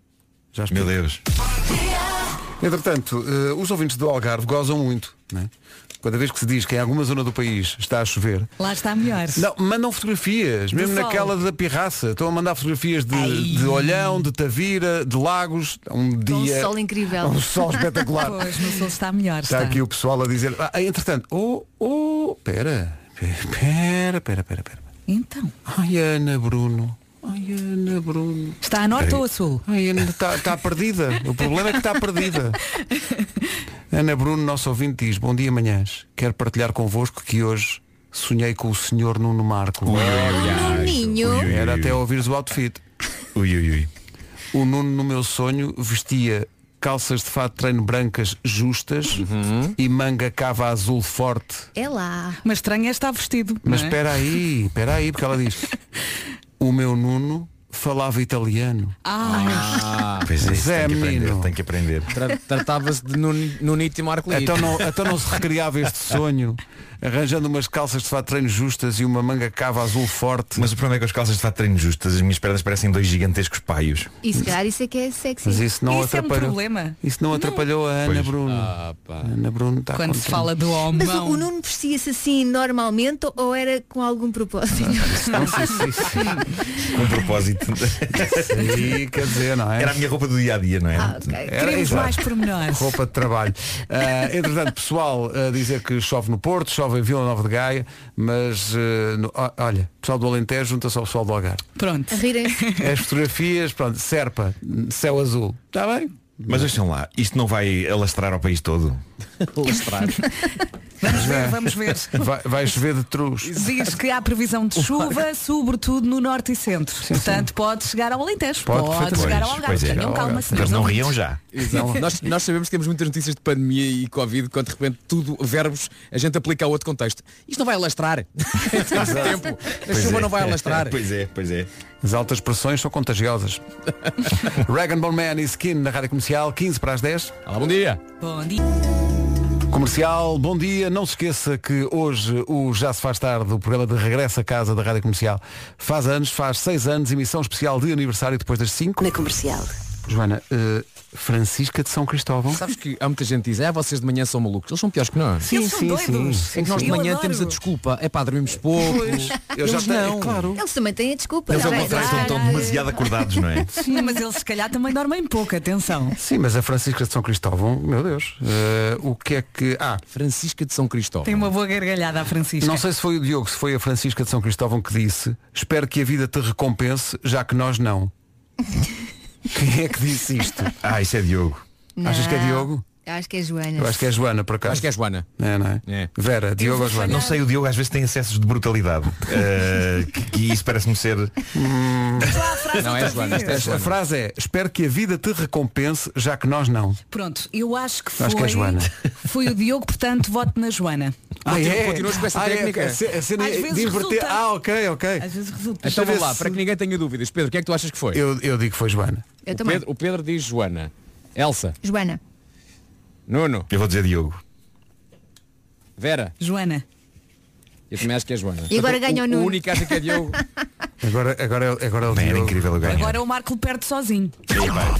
Já Meu
Deus.
Entretanto, eh, os ouvintes do Algarve gozam muito, não é? Cada vez que se diz que em alguma zona do país está a chover,
Lá está melhor.
não, mandam fotografias,
Do
mesmo
sol.
naquela da pirraça. Estão a mandar fotografias de, de Olhão, de Tavira, de Lagos. Um
Com um
dia.
sol incrível.
Um sol espetacular.
Pois, no sol está melhor.
Está aqui o pessoal a dizer. Ah, entretanto, oh, oh, pera, pera, pera, pera, pera.
Então.
Ai, Ana Bruno. Ai, Ana Bruno.
Está a norte
Peraí.
ou a sul?
Ai, Ana,
tá,
está, está perdida. O problema é que está perdida. Ana Bruno, nosso ouvinte, diz, bom dia manhãs. Quero partilhar convosco que hoje sonhei com o senhor Nuno Marco.
Nuninho. Ui, ui, ui,
Era
ui.
até ouvires o outfit.
Ui, ui, ui.
O Nuno, no meu sonho, vestia calças de fato de treino brancas justas
Uhum.
e manga cava azul forte
É lá. Mas estranho é estar vestido.
mas
não é?
espera aí, espera aí, porque ela diz O meu Nuno falava italiano
Ah.
pois é, isso
Zé
tem que
menino.
aprender, tem que aprender.
Tra- Tratava-se
é.
de Nun- Nunito e Marco Lito.
então não, então não se recriava este sonho Arranjando umas calças de fato de treino justas E uma manga cava azul forte
Mas o problema é que as calças de fato de treino justas, as minhas pernas parecem dois gigantescos paios.
E se calhar isso é que é sexy.
Mas isso não
é um
atrapalhou
problema.
Isso não atrapalhou a Ana
Pois. Ah,
Bruno Ana Bruno está
Quando se
contente.
fala do homem.
Mas o, o Nuno vestia-se assim normalmente ou era com algum propósito?
Com um propósito.
Sim, quer dizer, não é?
Era a minha roupa do dia a dia, não é?
Ah, ok. Queremos
exato.
mais pormenores.
Roupa de trabalho. Ah, entretanto, pessoal a dizer que chove no Porto, chove em Vila Nova de Gaia, mas ah, no- ah, olha, pessoal do Alentejo junta-se ao pessoal do Algarve.
Pronto.
As fotografias, pronto, Serpa, céu azul. Está bem?
Mas deixam lá, isto não vai alastrar ao país todo.
Alastrar.
Vamos
É.
ver, vamos ver.
Vai, vai chover de truz.
Diz que há previsão de chuva, sobretudo no norte e centro. Portanto, pode chegar ao Alentejo. Pode, chegar ao Algarve.
é.
Tenham calma, senhores ouvintes.
Exato. nós, nós sabemos que temos muitas notícias de pandemia e Covid, quando de repente tudo, verbos, a gente aplica a outro contexto. Isto não vai alastrar. Faz tempo. A
Pois
chuva
é.
não vai alastrar.
Pois
é, pois é.
As altas pressões são contagiosas. Dragon Ball Man e Skin na Rádio Comercial, 15 para as 10.
Olá, bom dia.
é.
Bom dia.
Comercial, bom dia. Não se esqueça que hoje o Já se faz tarde, o programa de regresso à casa da Rádio Comercial, faz anos, faz seis anos, emissão especial de aniversário depois das 5. Na Comercial. Joana, eh, Francisca de São Cristóvão.
Sabes que há muita gente que diz, ah, vocês de manhã são malucos. Eles são piores que nós.
Sim, Eles são sim, doidos. sim.
É que nós
Sim,
de
sim.
manhã
Eu
temos a
adoro.
desculpa. É pá, dormimos pouco.
Pois. Eu
Eles
já tenho-
não.
Eles também têm a desculpa.
Eles ao
Já é
contrário,
tarde.
Estão demasiado acordados, não é?
Sim, mas eles se calhar também dormem pouco, atenção.
Sim, mas a Francisca de São Cristóvão, meu Deus, eh, o que é que. Ah,
Francisca de São Cristóvão.
Tem uma boa gargalhada a Francisca.
Não sei se foi o Diogo, se foi a Francisca de São Cristóvão que disse Espero que a vida te recompense, já que nós não Quem é que disse isto?
Ah, isso é Diogo
Não.
Achas que é Diogo?
Acho que é Joana.
Eu acho que é Joana, por acaso
Acho que é Joana
É, não é? Vera, Diogo ou Joana?
Não sei, o Diogo às vezes tem acessos de brutalidade. Eh, que, que isso parece-me ser.
Não, é Joana, esta é
A
Joana.
frase é Espero que a vida te recompense, já que nós não
Pronto, eu acho que foi.
Acho que é Joana.
Foi o Diogo, portanto, voto na Joana. tipo,
continuas com essa
Ah, é,
técnica?
a ce- a cena
Às
é
vezes
de inverter.
resulta.
Ah, ok, ok
Às vezes resulta.
Então vamos lá, para que ninguém tenha dúvidas. Pedro, o que é que tu achas que foi?
Eu, eu digo que foi Joana.
Eu
o,
também.
Pedro, o Pedro diz Joana. Elsa.
Joana.
Nuno.
Eu vou dizer Diogo.
Vera.
Joana.
Eu também acho que é Joana.
E agora
Portanto,
Então,
ganha o
o,
Nuno.
o único que acha que é Diogo.
Agora, agora, agora
Bem, era incrível eu ganhar.
Agora o Marco perde sozinho.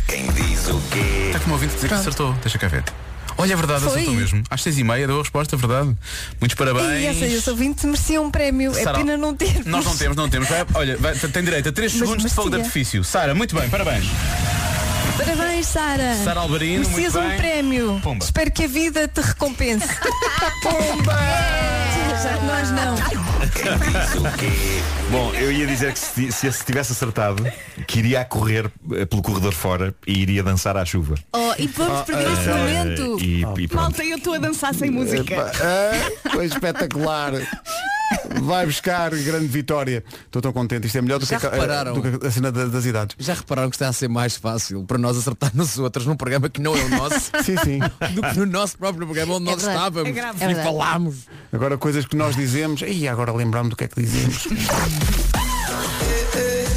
Quem diz o quê?
Está com o ouvinte dizer que
Pronto.
acertou. Deixa cá ver. Olha, é verdade,
Foi.
acertou mesmo. Às seis e meia deu a resposta, é verdade. Muitos parabéns.
E essa, esse ouvinte merecia um prémio. É
Sara,
pena não ter.
Nós não temos, não temos. Vai- olha, vai- tem direito a 3
Mas
segundos de fogo de
merecia.
artifício. Sara, muito bem, parabéns.
Parabéns, Sara.
Sara Alvarino, muito
Merecias um
bem.
prémio.
Pumba.
Espero que a vida te recompense. Pumba! Já nós não.
Quem diz o quê? Bom, eu ia dizer que se, ti- se esse tivesse acertado, que iria a correr eh, pelo corredor fora e iria dançar à chuva.
Oh, e vamos
Ah,
perder esse
ah,
momento.
e- e pronto.
Malta, eu estou a dançar sem música.
Foi ah, espetacular. Vai buscar grande vitória. Estou tão contente. Isto é melhor do
Já
que, a-
repararam?
do que a cena da- das idades.
Já repararam que está a ser mais fácil para nós acertar nos outros num programa que não é o nosso?
Sim, sim.
Do que no nosso próprio programa onde
É
nós
verdade.
estávamos
É grave. É
e
verdade.
falámos.
Agora coisas que nós dizemos. E agora lembramos do que é que dizemos.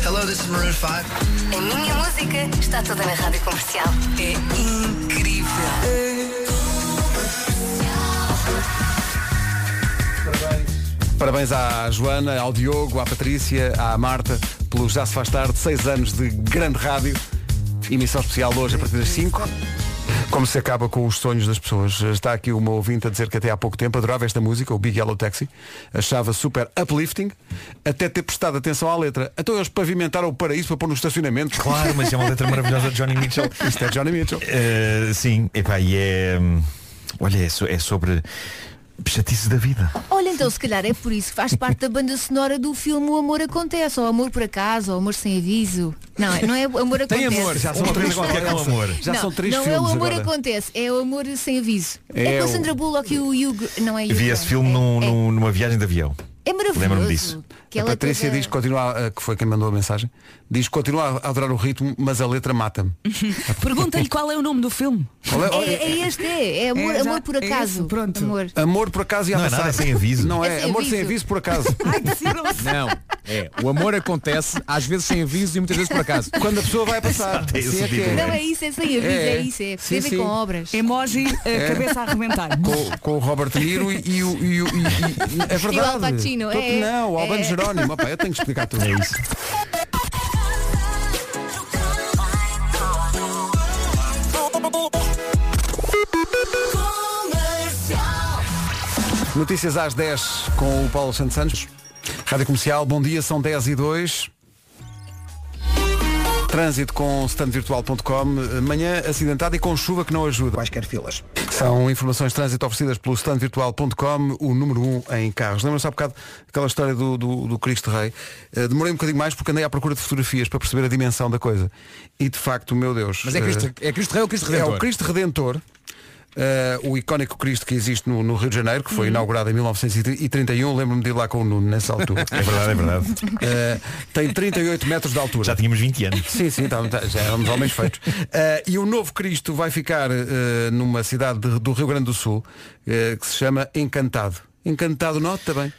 Hello, this is Maroon 5. A minha música É, está toda na rádio comercial. É incrível.
Parabéns à Joana, ao Diogo, à Patrícia, à Marta, pelo Já se faz tarde, seis anos de grande rádio. Emissão especial hoje a partir das 5. Como se acaba com os sonhos das pessoas. Está aqui uma ouvinte a dizer que até há pouco tempo adorava esta música, o Big Yellow Taxi. Achava super uplifting, até ter prestado atenção à letra. Então eles pavimentaram o paraíso para pôr no estacionamento.
Claro, mas é uma letra maravilhosa de Johnny Mitchell.
Isto é Johnny Mitchell.
Eh, sim, epá, e é. hum, Olha, é, so- é sobre chatice da vida.
Olha, então, se calhar é por isso que faz parte da banda sonora do filme O Amor Acontece, ou Amor por Acaso, ou Amor Sem Aviso. Não, é- não é o Amor Acontece.
Tem amor, já são Ou três Um qualquer com
Elsa. É amor. Já
não,
são três
Não é o
filmes
Amor
agora.
Acontece, é o Amor Sem Aviso. É,
É
com a
o-
Sandra Bullock e o Hugo. Não é Hugo.
Vi esse filme num-
é.
num- numa viagem de avião.
É maravilhoso.
Lembro-me disso.
Que
a
ela
Patrícia
toda-
diz que continua, a- que foi quem mandou a mensagem, diz que continua a adorar o ritmo, mas a letra mata-me.
Pergunta-lhe qual é o nome do filme.
Qual é?
É, é este, é, é
É,
amor,
já-
amor por
é esse,
acaso.
pronto.
Amor.
Amor por acaso e a
Não é nada,
passar.
é sem aviso.
Não
É
é,
sem
amor sem
aviso.
aviso por acaso.
Não, é. O amor acontece, às vezes sem aviso e muitas vezes por acaso.
Quando a pessoa vai passar.
Exato, é esse
Assim é que
tipo.
é.
Não é isso, é sem aviso, é,
É.
isso, é.
Sim,
Tem a ver
sim.
com obras.
Emoji, eh,
É.
cabeça a arrebentar.
Com, com o Robert De Niro e, e o. E, o- e- e- é verdade.
E o Al Pacino,
Todo-
é,
Não, o
é.
Albano Jerónimo. Opa, eu tenho que explicar
É
tudo isso. Notícias às 10 com o Paulo Santos Santos. Rádio Comercial, bom dia, são 10 e 2. Trânsito com standvirtual.com, eh, manhã acidentada e com chuva que não ajuda.
Quaisquer filas.
São informações de trânsito oferecidas pelo standvirtual.com, o número 1 um em carros. Lembra-se há bocado aquela história do, do, do Cristo Rei? Eh, demorei um bocadinho mais porque andei à procura de fotografias para perceber a dimensão da coisa. E de facto, meu Deus.
Mas é Cristo, é Cristo Rei ou Cristo
É
Redentor?
o Cristo Redentor. eh, o icónico Cristo que existe no, no Rio de Janeiro, que foi inaugurado em 1931, lembro-me de ir lá com o Nuno nessa altura.
É verdade, é verdade.
Eh, tem 38 metros de altura. Já
tínhamos 20 anos.
Sim, sim, tá- tá- já éramos homens feitos. Eh, e o novo Cristo vai ficar eh, numa cidade de- do Rio Grande do Sul eh, que se chama Encantado. Encantado Norte também.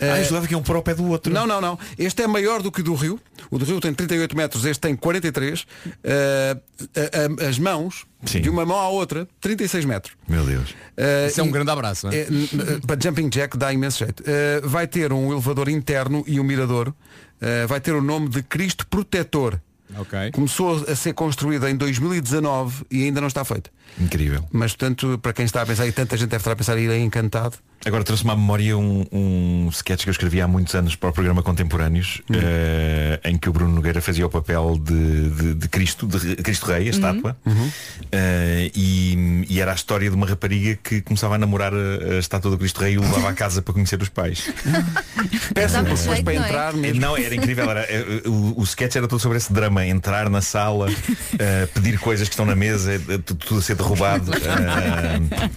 Eh,
Ah, eu julgava que é um para o pé do outro.
Não, não, não. Este é maior do que o do Rio. O do Rio tem 38 metros, este tem 43. Eh, a- a- as mãos, de uma mão à outra, 36 metros.
Meu Deus.
Eh,
Isso é um
e-
grande abraço, não é?
eh, n- n- Para Jumping Jack dá imenso jeito. Eh, vai ter um elevador interno e um miradouro. Eh, vai ter o nome de Cristo Protetor.
Ok.
Começou a ser construída em 2019 e ainda não está feita.
Incrível.
Mas, portanto, para quem está a pensar, e tanta gente deve estar a pensar, ir é encantado.
Agora trouxe-me à memória um, um sketch que eu escrevi há muitos anos para o programa Contemporâneos,
Hum.
eh, em que o Bruno Nogueira fazia o papel de, de- de Cristo, de Re- Cristo
Uhum.
Rei, a estátua,
Uhum.
Eh, e, e era a história de uma rapariga que começava a namorar a, a estátua do Cristo Rei e o levava à casa para conhecer os pais.
Peçam
Dá-me
pessoas
jeito,
para
não é?
entrar mesmo.
Não, era incrível. Era, eh, o, o sketch era todo sobre esse drama, entrar na sala, eh, pedir coisas que estão na mesa, eh, tudo, tudo a ser derrubado. eh,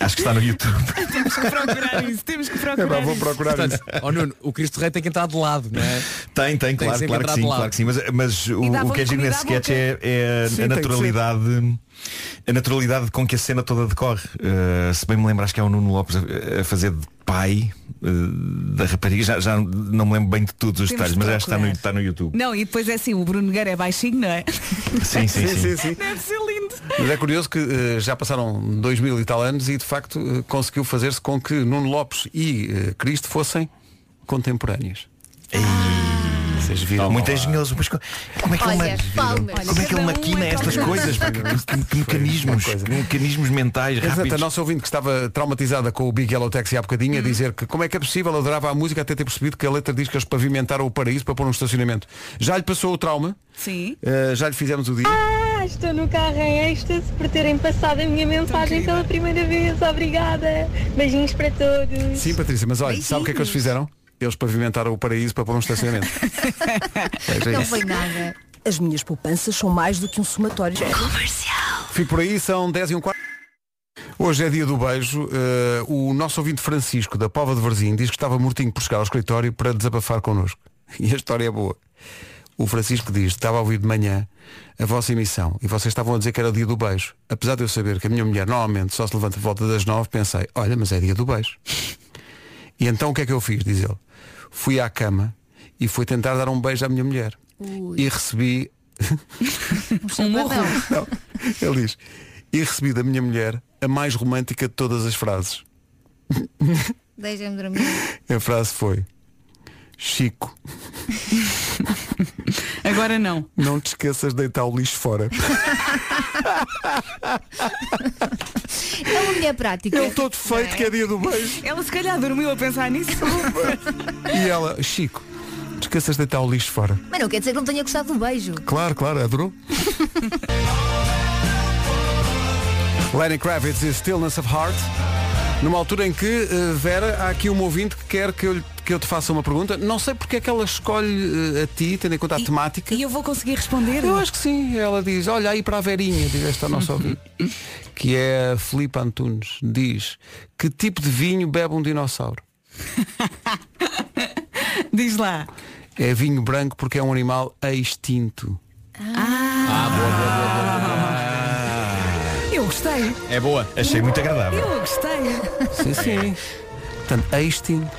acho que está no YouTube.
temos que procurar isso, temos que
É
procurar isso.
Portanto, ó Nuno, o Cristo Rei tem que entrar de lado, não é?
Tem, tem,
que
claro,
sempre
claro que
entrar
sim,
de lado.
claro que sim. Mas, mas o,
dava
o que é
comida
giro nesse
à
sketch
boca.
é, é
Sim, tem que
a
ser.
naturalidade. A naturalidade com que a cena toda decorre. Uh, se bem me lembro, acho que é o Nuno Lopes a, a fazer de pai uh, da rapariga. Já, já não me lembro bem de todos os
Temos
detalhes,
de
mas acho que está no,
né?
procurar.
está no YouTube.
Não, e depois é assim, o Bruno Nogueira é baixinho, não é?
Sim, sim, sim.
Deve ser lindo.
Mas é curioso que eh, já passaram dois mil e tal anos e de facto eh, conseguiu fazer-se com que Nuno Lopes e eh, Cristo fossem contemporâneos. Vocês viram.
Muito engenhoso, mas co- como é que ele,
Olha,
ma-
palmas.
como é que ele
Cada um
maquina
é
estas
palmas.
coisas? pá? Que, que- que mecanismos, que mecanismos mentais
Entretanto, a
rápidos. Uhum.
nossa ouvinte que estava traumatizada com o Big Yellow Taxi há bocadinho a dizer que como é que é possível, adorava a música até ter percebido que a letra diz que eles pavimentaram o paraíso para pôr um estacionamento. Já lhe passou o trauma?
Sim.
Eh, já lhe fizemos o dia?
Ah, estou no carro em êxtase por terem passado a minha mensagem pela primeira vez. Obrigada. Beijinhos para todos.
Sim, Patrícia, mas olha, sabe o que é que eles fizeram? Eles pavimentaram o paraíso para pôr um estacionamento. Veja isso.
nada.
As minhas poupanças são mais do que um somatório.
Fico por aí, são 10 e um quarto. Hoje é dia do beijo. Eh, o nosso ouvinte Francisco, da Pova de Varzim, diz que estava mortinho por chegar ao escritório para desabafar connosco. E a história é boa. O Francisco diz, estava a ouvir de manhã a vossa emissão e vocês estavam a dizer que era dia do beijo. Apesar de eu saber que a minha mulher normalmente só se levanta por volta das nove, pensei, olha, mas é dia do beijo. E então o que é que eu fiz, diz ele? Fui à cama e fui tentar dar um beijo à minha mulher.
Ui.
E recebi
Um morro.
ele diz, e recebi da minha mulher a mais romântica de todas as frases.
Deixa-me dormir.
A frase foi, Chico,
Agora não.
não te esqueças de deitar o lixo fora.
É uma mulher prática.
Ele todo feito que é dia do beijo.
Ela se calhar dormiu a pensar nisso.
E ela, Chico, não te esqueças de deitar o lixo fora.
Mas não quer dizer que não tenha gostado do beijo.
Claro, claro, adorou. Lenny Kravitz e Stillness of Heart. Numa altura em que, eh, Vera, há aqui um ouvinte que quer que eu, lhe- que eu te faça uma pergunta. Não sei porque é que ela escolhe eh, a ti, tendo em conta a temática.
E eu vou conseguir responder?
Eu acho que sim. Ela diz, olha aí para a Verinha, diz esta nossa ouvinte, que é a Filipe Antunes. Diz, que tipo de vinho bebe um dinossauro?
Diz lá.
É vinho branco porque é um animal extinto.
Eu gostei.
É boa. Achei muito agradável.
Eu gostei.
Sim, sim. Portanto, é extinto.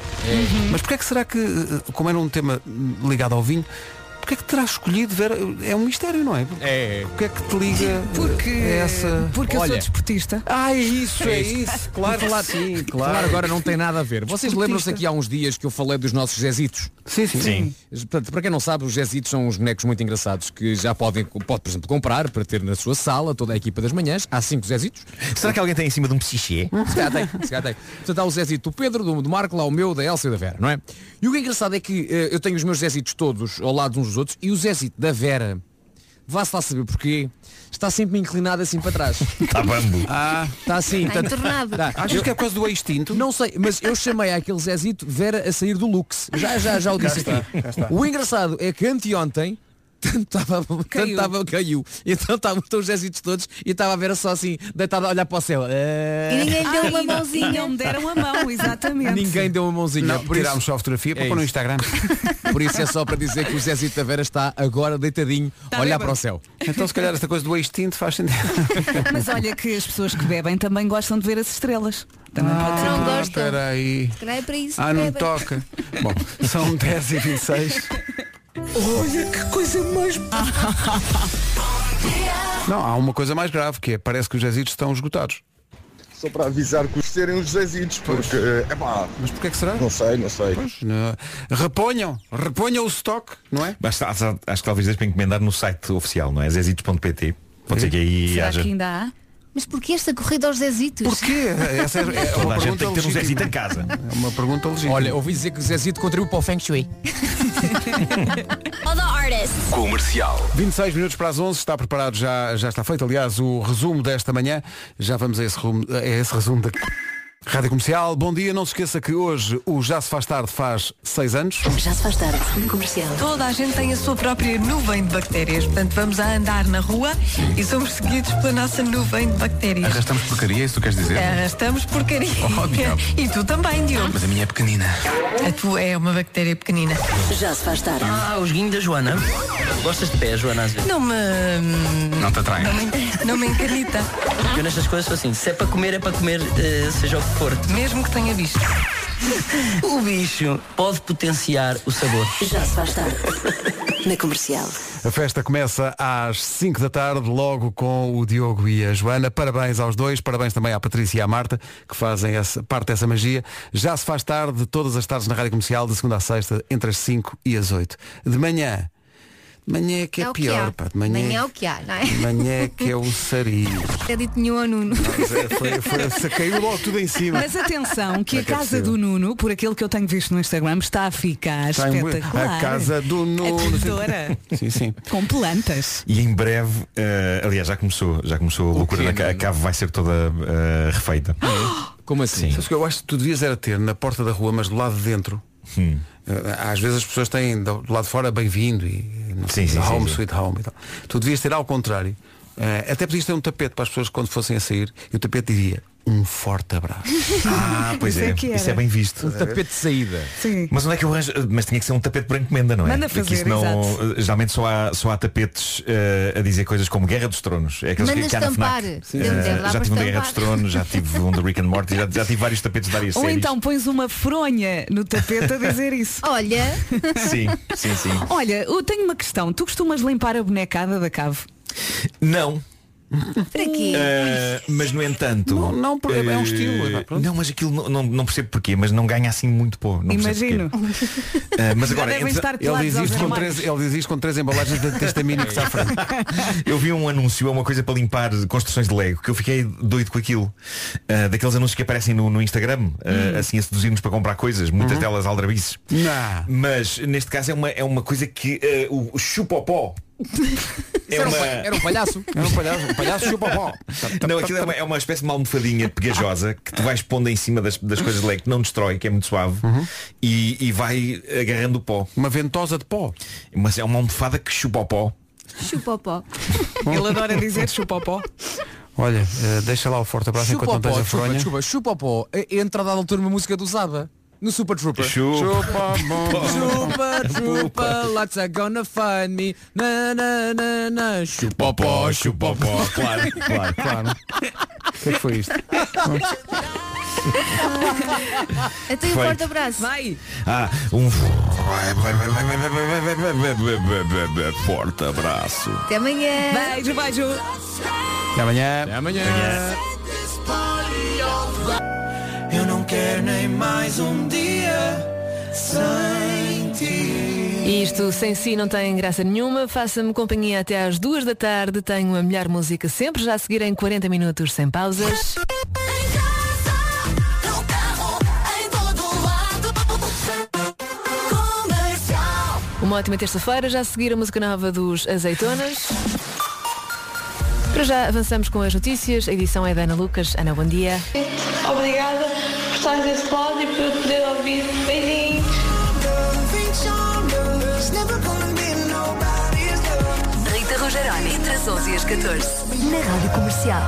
Mas porquê é que será que, eh, como era um tema hum, ligado ao vinho, porquê é que terá escolhido ver? É um mistério, não é? É. Porquê é que te liga
Porque,
eh, a essa.
porque eu sou desportista.
Ah, é isso, é isso. Claro que sim,
Claro. assim, agora não tem nada a ver. Vocês
Desportista.
lembram-se aqui há uns dias que eu falei dos nossos Jezitos?
Sim, sim. Sim.
Portanto, para quem não sabe, os Jezitos são uns bonecos muito engraçados que já podem, pode, por exemplo, comprar para ter na sua sala toda a equipa das manhãs. Há cinco Jezitos.
Será que alguém tem em cima de um psichê?
Se calhar tem, se calhar tem. Portanto, há o Zezito, do Pedro, do, do Marco, lá o meu, da Elsa e da Vera, não é? E o que é engraçado é que eh, eu tenho os meus Zezitos todos ao lado uns dos outros e o Zezito da Vera, vá-se lá saber porquê, está sempre inclinado assim para trás.
Está bambo.
Ah,
está assim.
Está
portanto,
entornado.
tá.
Achas que é por causa do extinto?
Não sei, mas eu chamei aquele Zezito Vera a sair do Lux. Já, já, já o
Cá
disse
está,
aqui.
cá está.
O engraçado é que anteontem tanto estava, tanto estava, caiu. Então estavam os Zezitos todos e estava a ver só assim, deitada a olhar para o céu. Eh.
E ninguém lhe deu
Ah,
uma
e não-
mãozinha.
e não me deram a mão, exatamente.
Ninguém deu uma mãozinha.
Não, tirámos só a fotografia para pôr no Instagram.
Por isso é só para dizer que o Zezito Taveira está agora deitadinho a olhar para o céu.
Então se calhar esta coisa do extinto faz sentido.
Mas olha que as pessoas que bebem também gostam de ver as estrelas. Também pode ser. um
Ah, Espera aí.
Se calhar é para isso.
Ah,
que
não
bebe.
toca. Bom, são 10 e 26
Olha que coisa mais.
Não, há uma coisa mais grave que é, parece que os jazidos estão esgotados.
Só para avisar que os serem os Zezitos, porque é pá.
Mas porquê que será?
Não sei, não sei.
Não. é? Reponham, reponham o estoque, não é?
Basta, acho, acho que talvez deixe para encomendar no site oficial, não é? zezitos.pt. Pode ser que aí
Será
haja.
que ainda há? Mas porquê esta corrida aos Zezitos?
Porquê? Essa é, é
Toda
uma
a
pergunta
gente tem que ter um
legítima.
Zezito em casa.
É uma pergunta legítima.
Olha, ouvi dizer que o Zezito contribuiu para o Feng Shui.
All the artists.
Comercial. 26 minutos para as 11, está preparado, já, já está feito. Aliás, o resumo desta manhã, já vamos a esse, rumo, a esse resumo da Rádio Comercial. Bom dia, não se esqueça que hoje o Já se faz tarde faz 6 anos.
Já se faz tarde, um comercial. Toda a gente tem a sua própria nuvem de bactérias. Portanto, vamos a andar na rua e somos seguidos pela nossa nuvem de bactérias.
Arrastamos porcaria, é isso tu queres dizer?
Arrastamos porcaria.
Oh, diabo.
e tu também, Diogo.
Mas a minha é pequenina.
A tua é uma bactéria pequenina. Já se faz tarde.
Ah, o esguinho da Joana. Gostas de pé, Joana, às vezes?
Não me.
Não te atraem.
Não me, não me encanita.
Eu nestas coisas sou assim, se é para comer, é para comer, eh, seja o que for.
Mesmo que tenha bicho.
O bicho pode potenciar o sabor.
Já se faz tarde.
Na comercial.
A festa começa às 5 da tarde, logo com o Diogo e a Joana. Parabéns aos dois, parabéns também à Patrícia e à Marta, que fazem essa, parte dessa magia. Já se faz tarde, todas as tardes na Rádio Comercial, de segunda à sexta, entre as 5 e as 8. De manhã, de manhã é que é,
o que
pior,
há.
pá, de manhã,
é o que há, não é?
de manhã é que é o sarilho.
Crédito nenhum ao Nuno.
Pois é, foi, foi, se caiu logo tudo em cima.
Mas atenção, que
Não
a
é que é
casa
possível.
do Nuno, por aquilo que eu tenho visto no Instagram, está a ficar
Está em bu-
espetacular.
A casa do Nuno.
Aterradora.
Sim, sim.
Com plantas.
E em breve, eh, aliás, já começou, já começou a loucura da ca- a cave vai ser toda eh, refeita.
Como assim? Sabes o que eu acho que tu devias era ter na porta da rua, mas do lado de dentro.
Hum.
Eh, Às vezes as pessoas têm do do lado de fora bem-vindo e não sei,
sim,
home
sim, sim.
sweet home e tal. Tu devias ter ao contrário. Eh, até podias ter um tapete para as pessoas quando fossem a sair e o tapete diria um forte abraço.
Ah, pois
Isso é
é,
que
isso
era.
é bem visto.
Um tapete
de saída.
Sim.
Mas onde é que eu arranjo? Mas tinha que ser um tapete por encomenda, não é?
Manda
Porque
fazer,
isso não- eh,
exato.
Geralmente só há, só há tapetes eh, a dizer coisas como Guerra dos Tronos. É aqueles
Manda
que, que há na
estampar.
FNAC.
Sim.
Eh,
Deve- deve dar
já
para
tive um da Guerra dos
estampar.
Tronos, já tive um da Rick and Morty, já, já tive vários tapetes de várias
Ou
séries.
então pões uma fronha no tapete a dizer isso.
Olha.
Sim, sim, sim.
Olha, eu tenho uma questão. Tu costumas limpar a bonecada da cave?
Não.
Para quê?
Eh, mas no entanto
Não, não, porque é um
eh,
estilo, pá, pronto.
não mas aquilo não, não, não percebo porquê mas não ganha assim muito pô não percebo
Imagino.
porquê. Eh, mas
Já
agora
devem
entre-
estar colados aos armários.
ele diz isto com três embalagens de testamina é que está à frente.
Eu vi um anúncio, é uma coisa para limpar construções de Lego, que eu fiquei doido com aquilo. Ah, daqueles anúncios que aparecem no, no Instagram, ah, assim a seduzir-nos para comprar coisas, muitas
Hum. Uhum.
delas aldrabices. Mas neste caso é uma, é uma coisa que
eh,
ah, o- o chupopó. É
Era um
uma-
pa- era um palhaço.
Era um palhaço, um palhaço chupopó.
Não, aquilo é uma, é uma espécie de uma almofadinha pegajosa que tu vais pondo em cima das, das coisas de Lego, que não destrói, que é muito suave, e, e vai agarrando o pó.
Uhum. Uma ventosa de pó.
Mas é uma almofada que chupa o pó.
Chupa o pó.
Ele adora dizer chupopó.
Olha, eh, deixa lá o forte abraço
Chupa
enquanto
o
não tens
pó,
a fronha.
chupa, chupa, chupa o pó. E- Entra a dar altura uma música do Zaba. No Super Trooper.
Chupa.
Chupa, chupa, lots are gonna find me. Na, na, na, na. Chupa o pó, chupa o pó.
Claro, claro,
claro. O que é que foi isto?
Até Então o
Vai.
forte abraço. Vai.
Ah, um forte abraço.
Até amanhã.
Beijo, beijo.
Até amanhã.
Até amanhã.
Ah,
Eu não quero nem mais um dia sem ti.
Isto sem si não tem graça nenhuma. Faça-me companhia até às duas da tarde. Tenho a melhor música sempre. Já a seguir em 40 minutos sem pausas. Uma ótima terça-feira. Já a seguir a música nova dos Azeitonas. Para já avançamos com as notícias. A edição é da Ana Lucas. Ana, bom dia.
Obrigada por estar desse lado e por eu poder ouvir. Beijinhos.
Rita Rogeroni, entre as 11 e as 14. Na Rádio Comercial.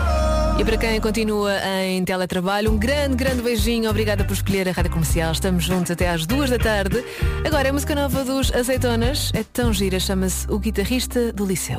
E para quem continua em teletrabalho, um grande, grande beijinho. Obrigada por escolher a Rádio Comercial. Estamos juntos até às duas da tarde. Agora, a música nova dos Azeitonas é tão gira. Chama-se O Guitarrista do Liceu.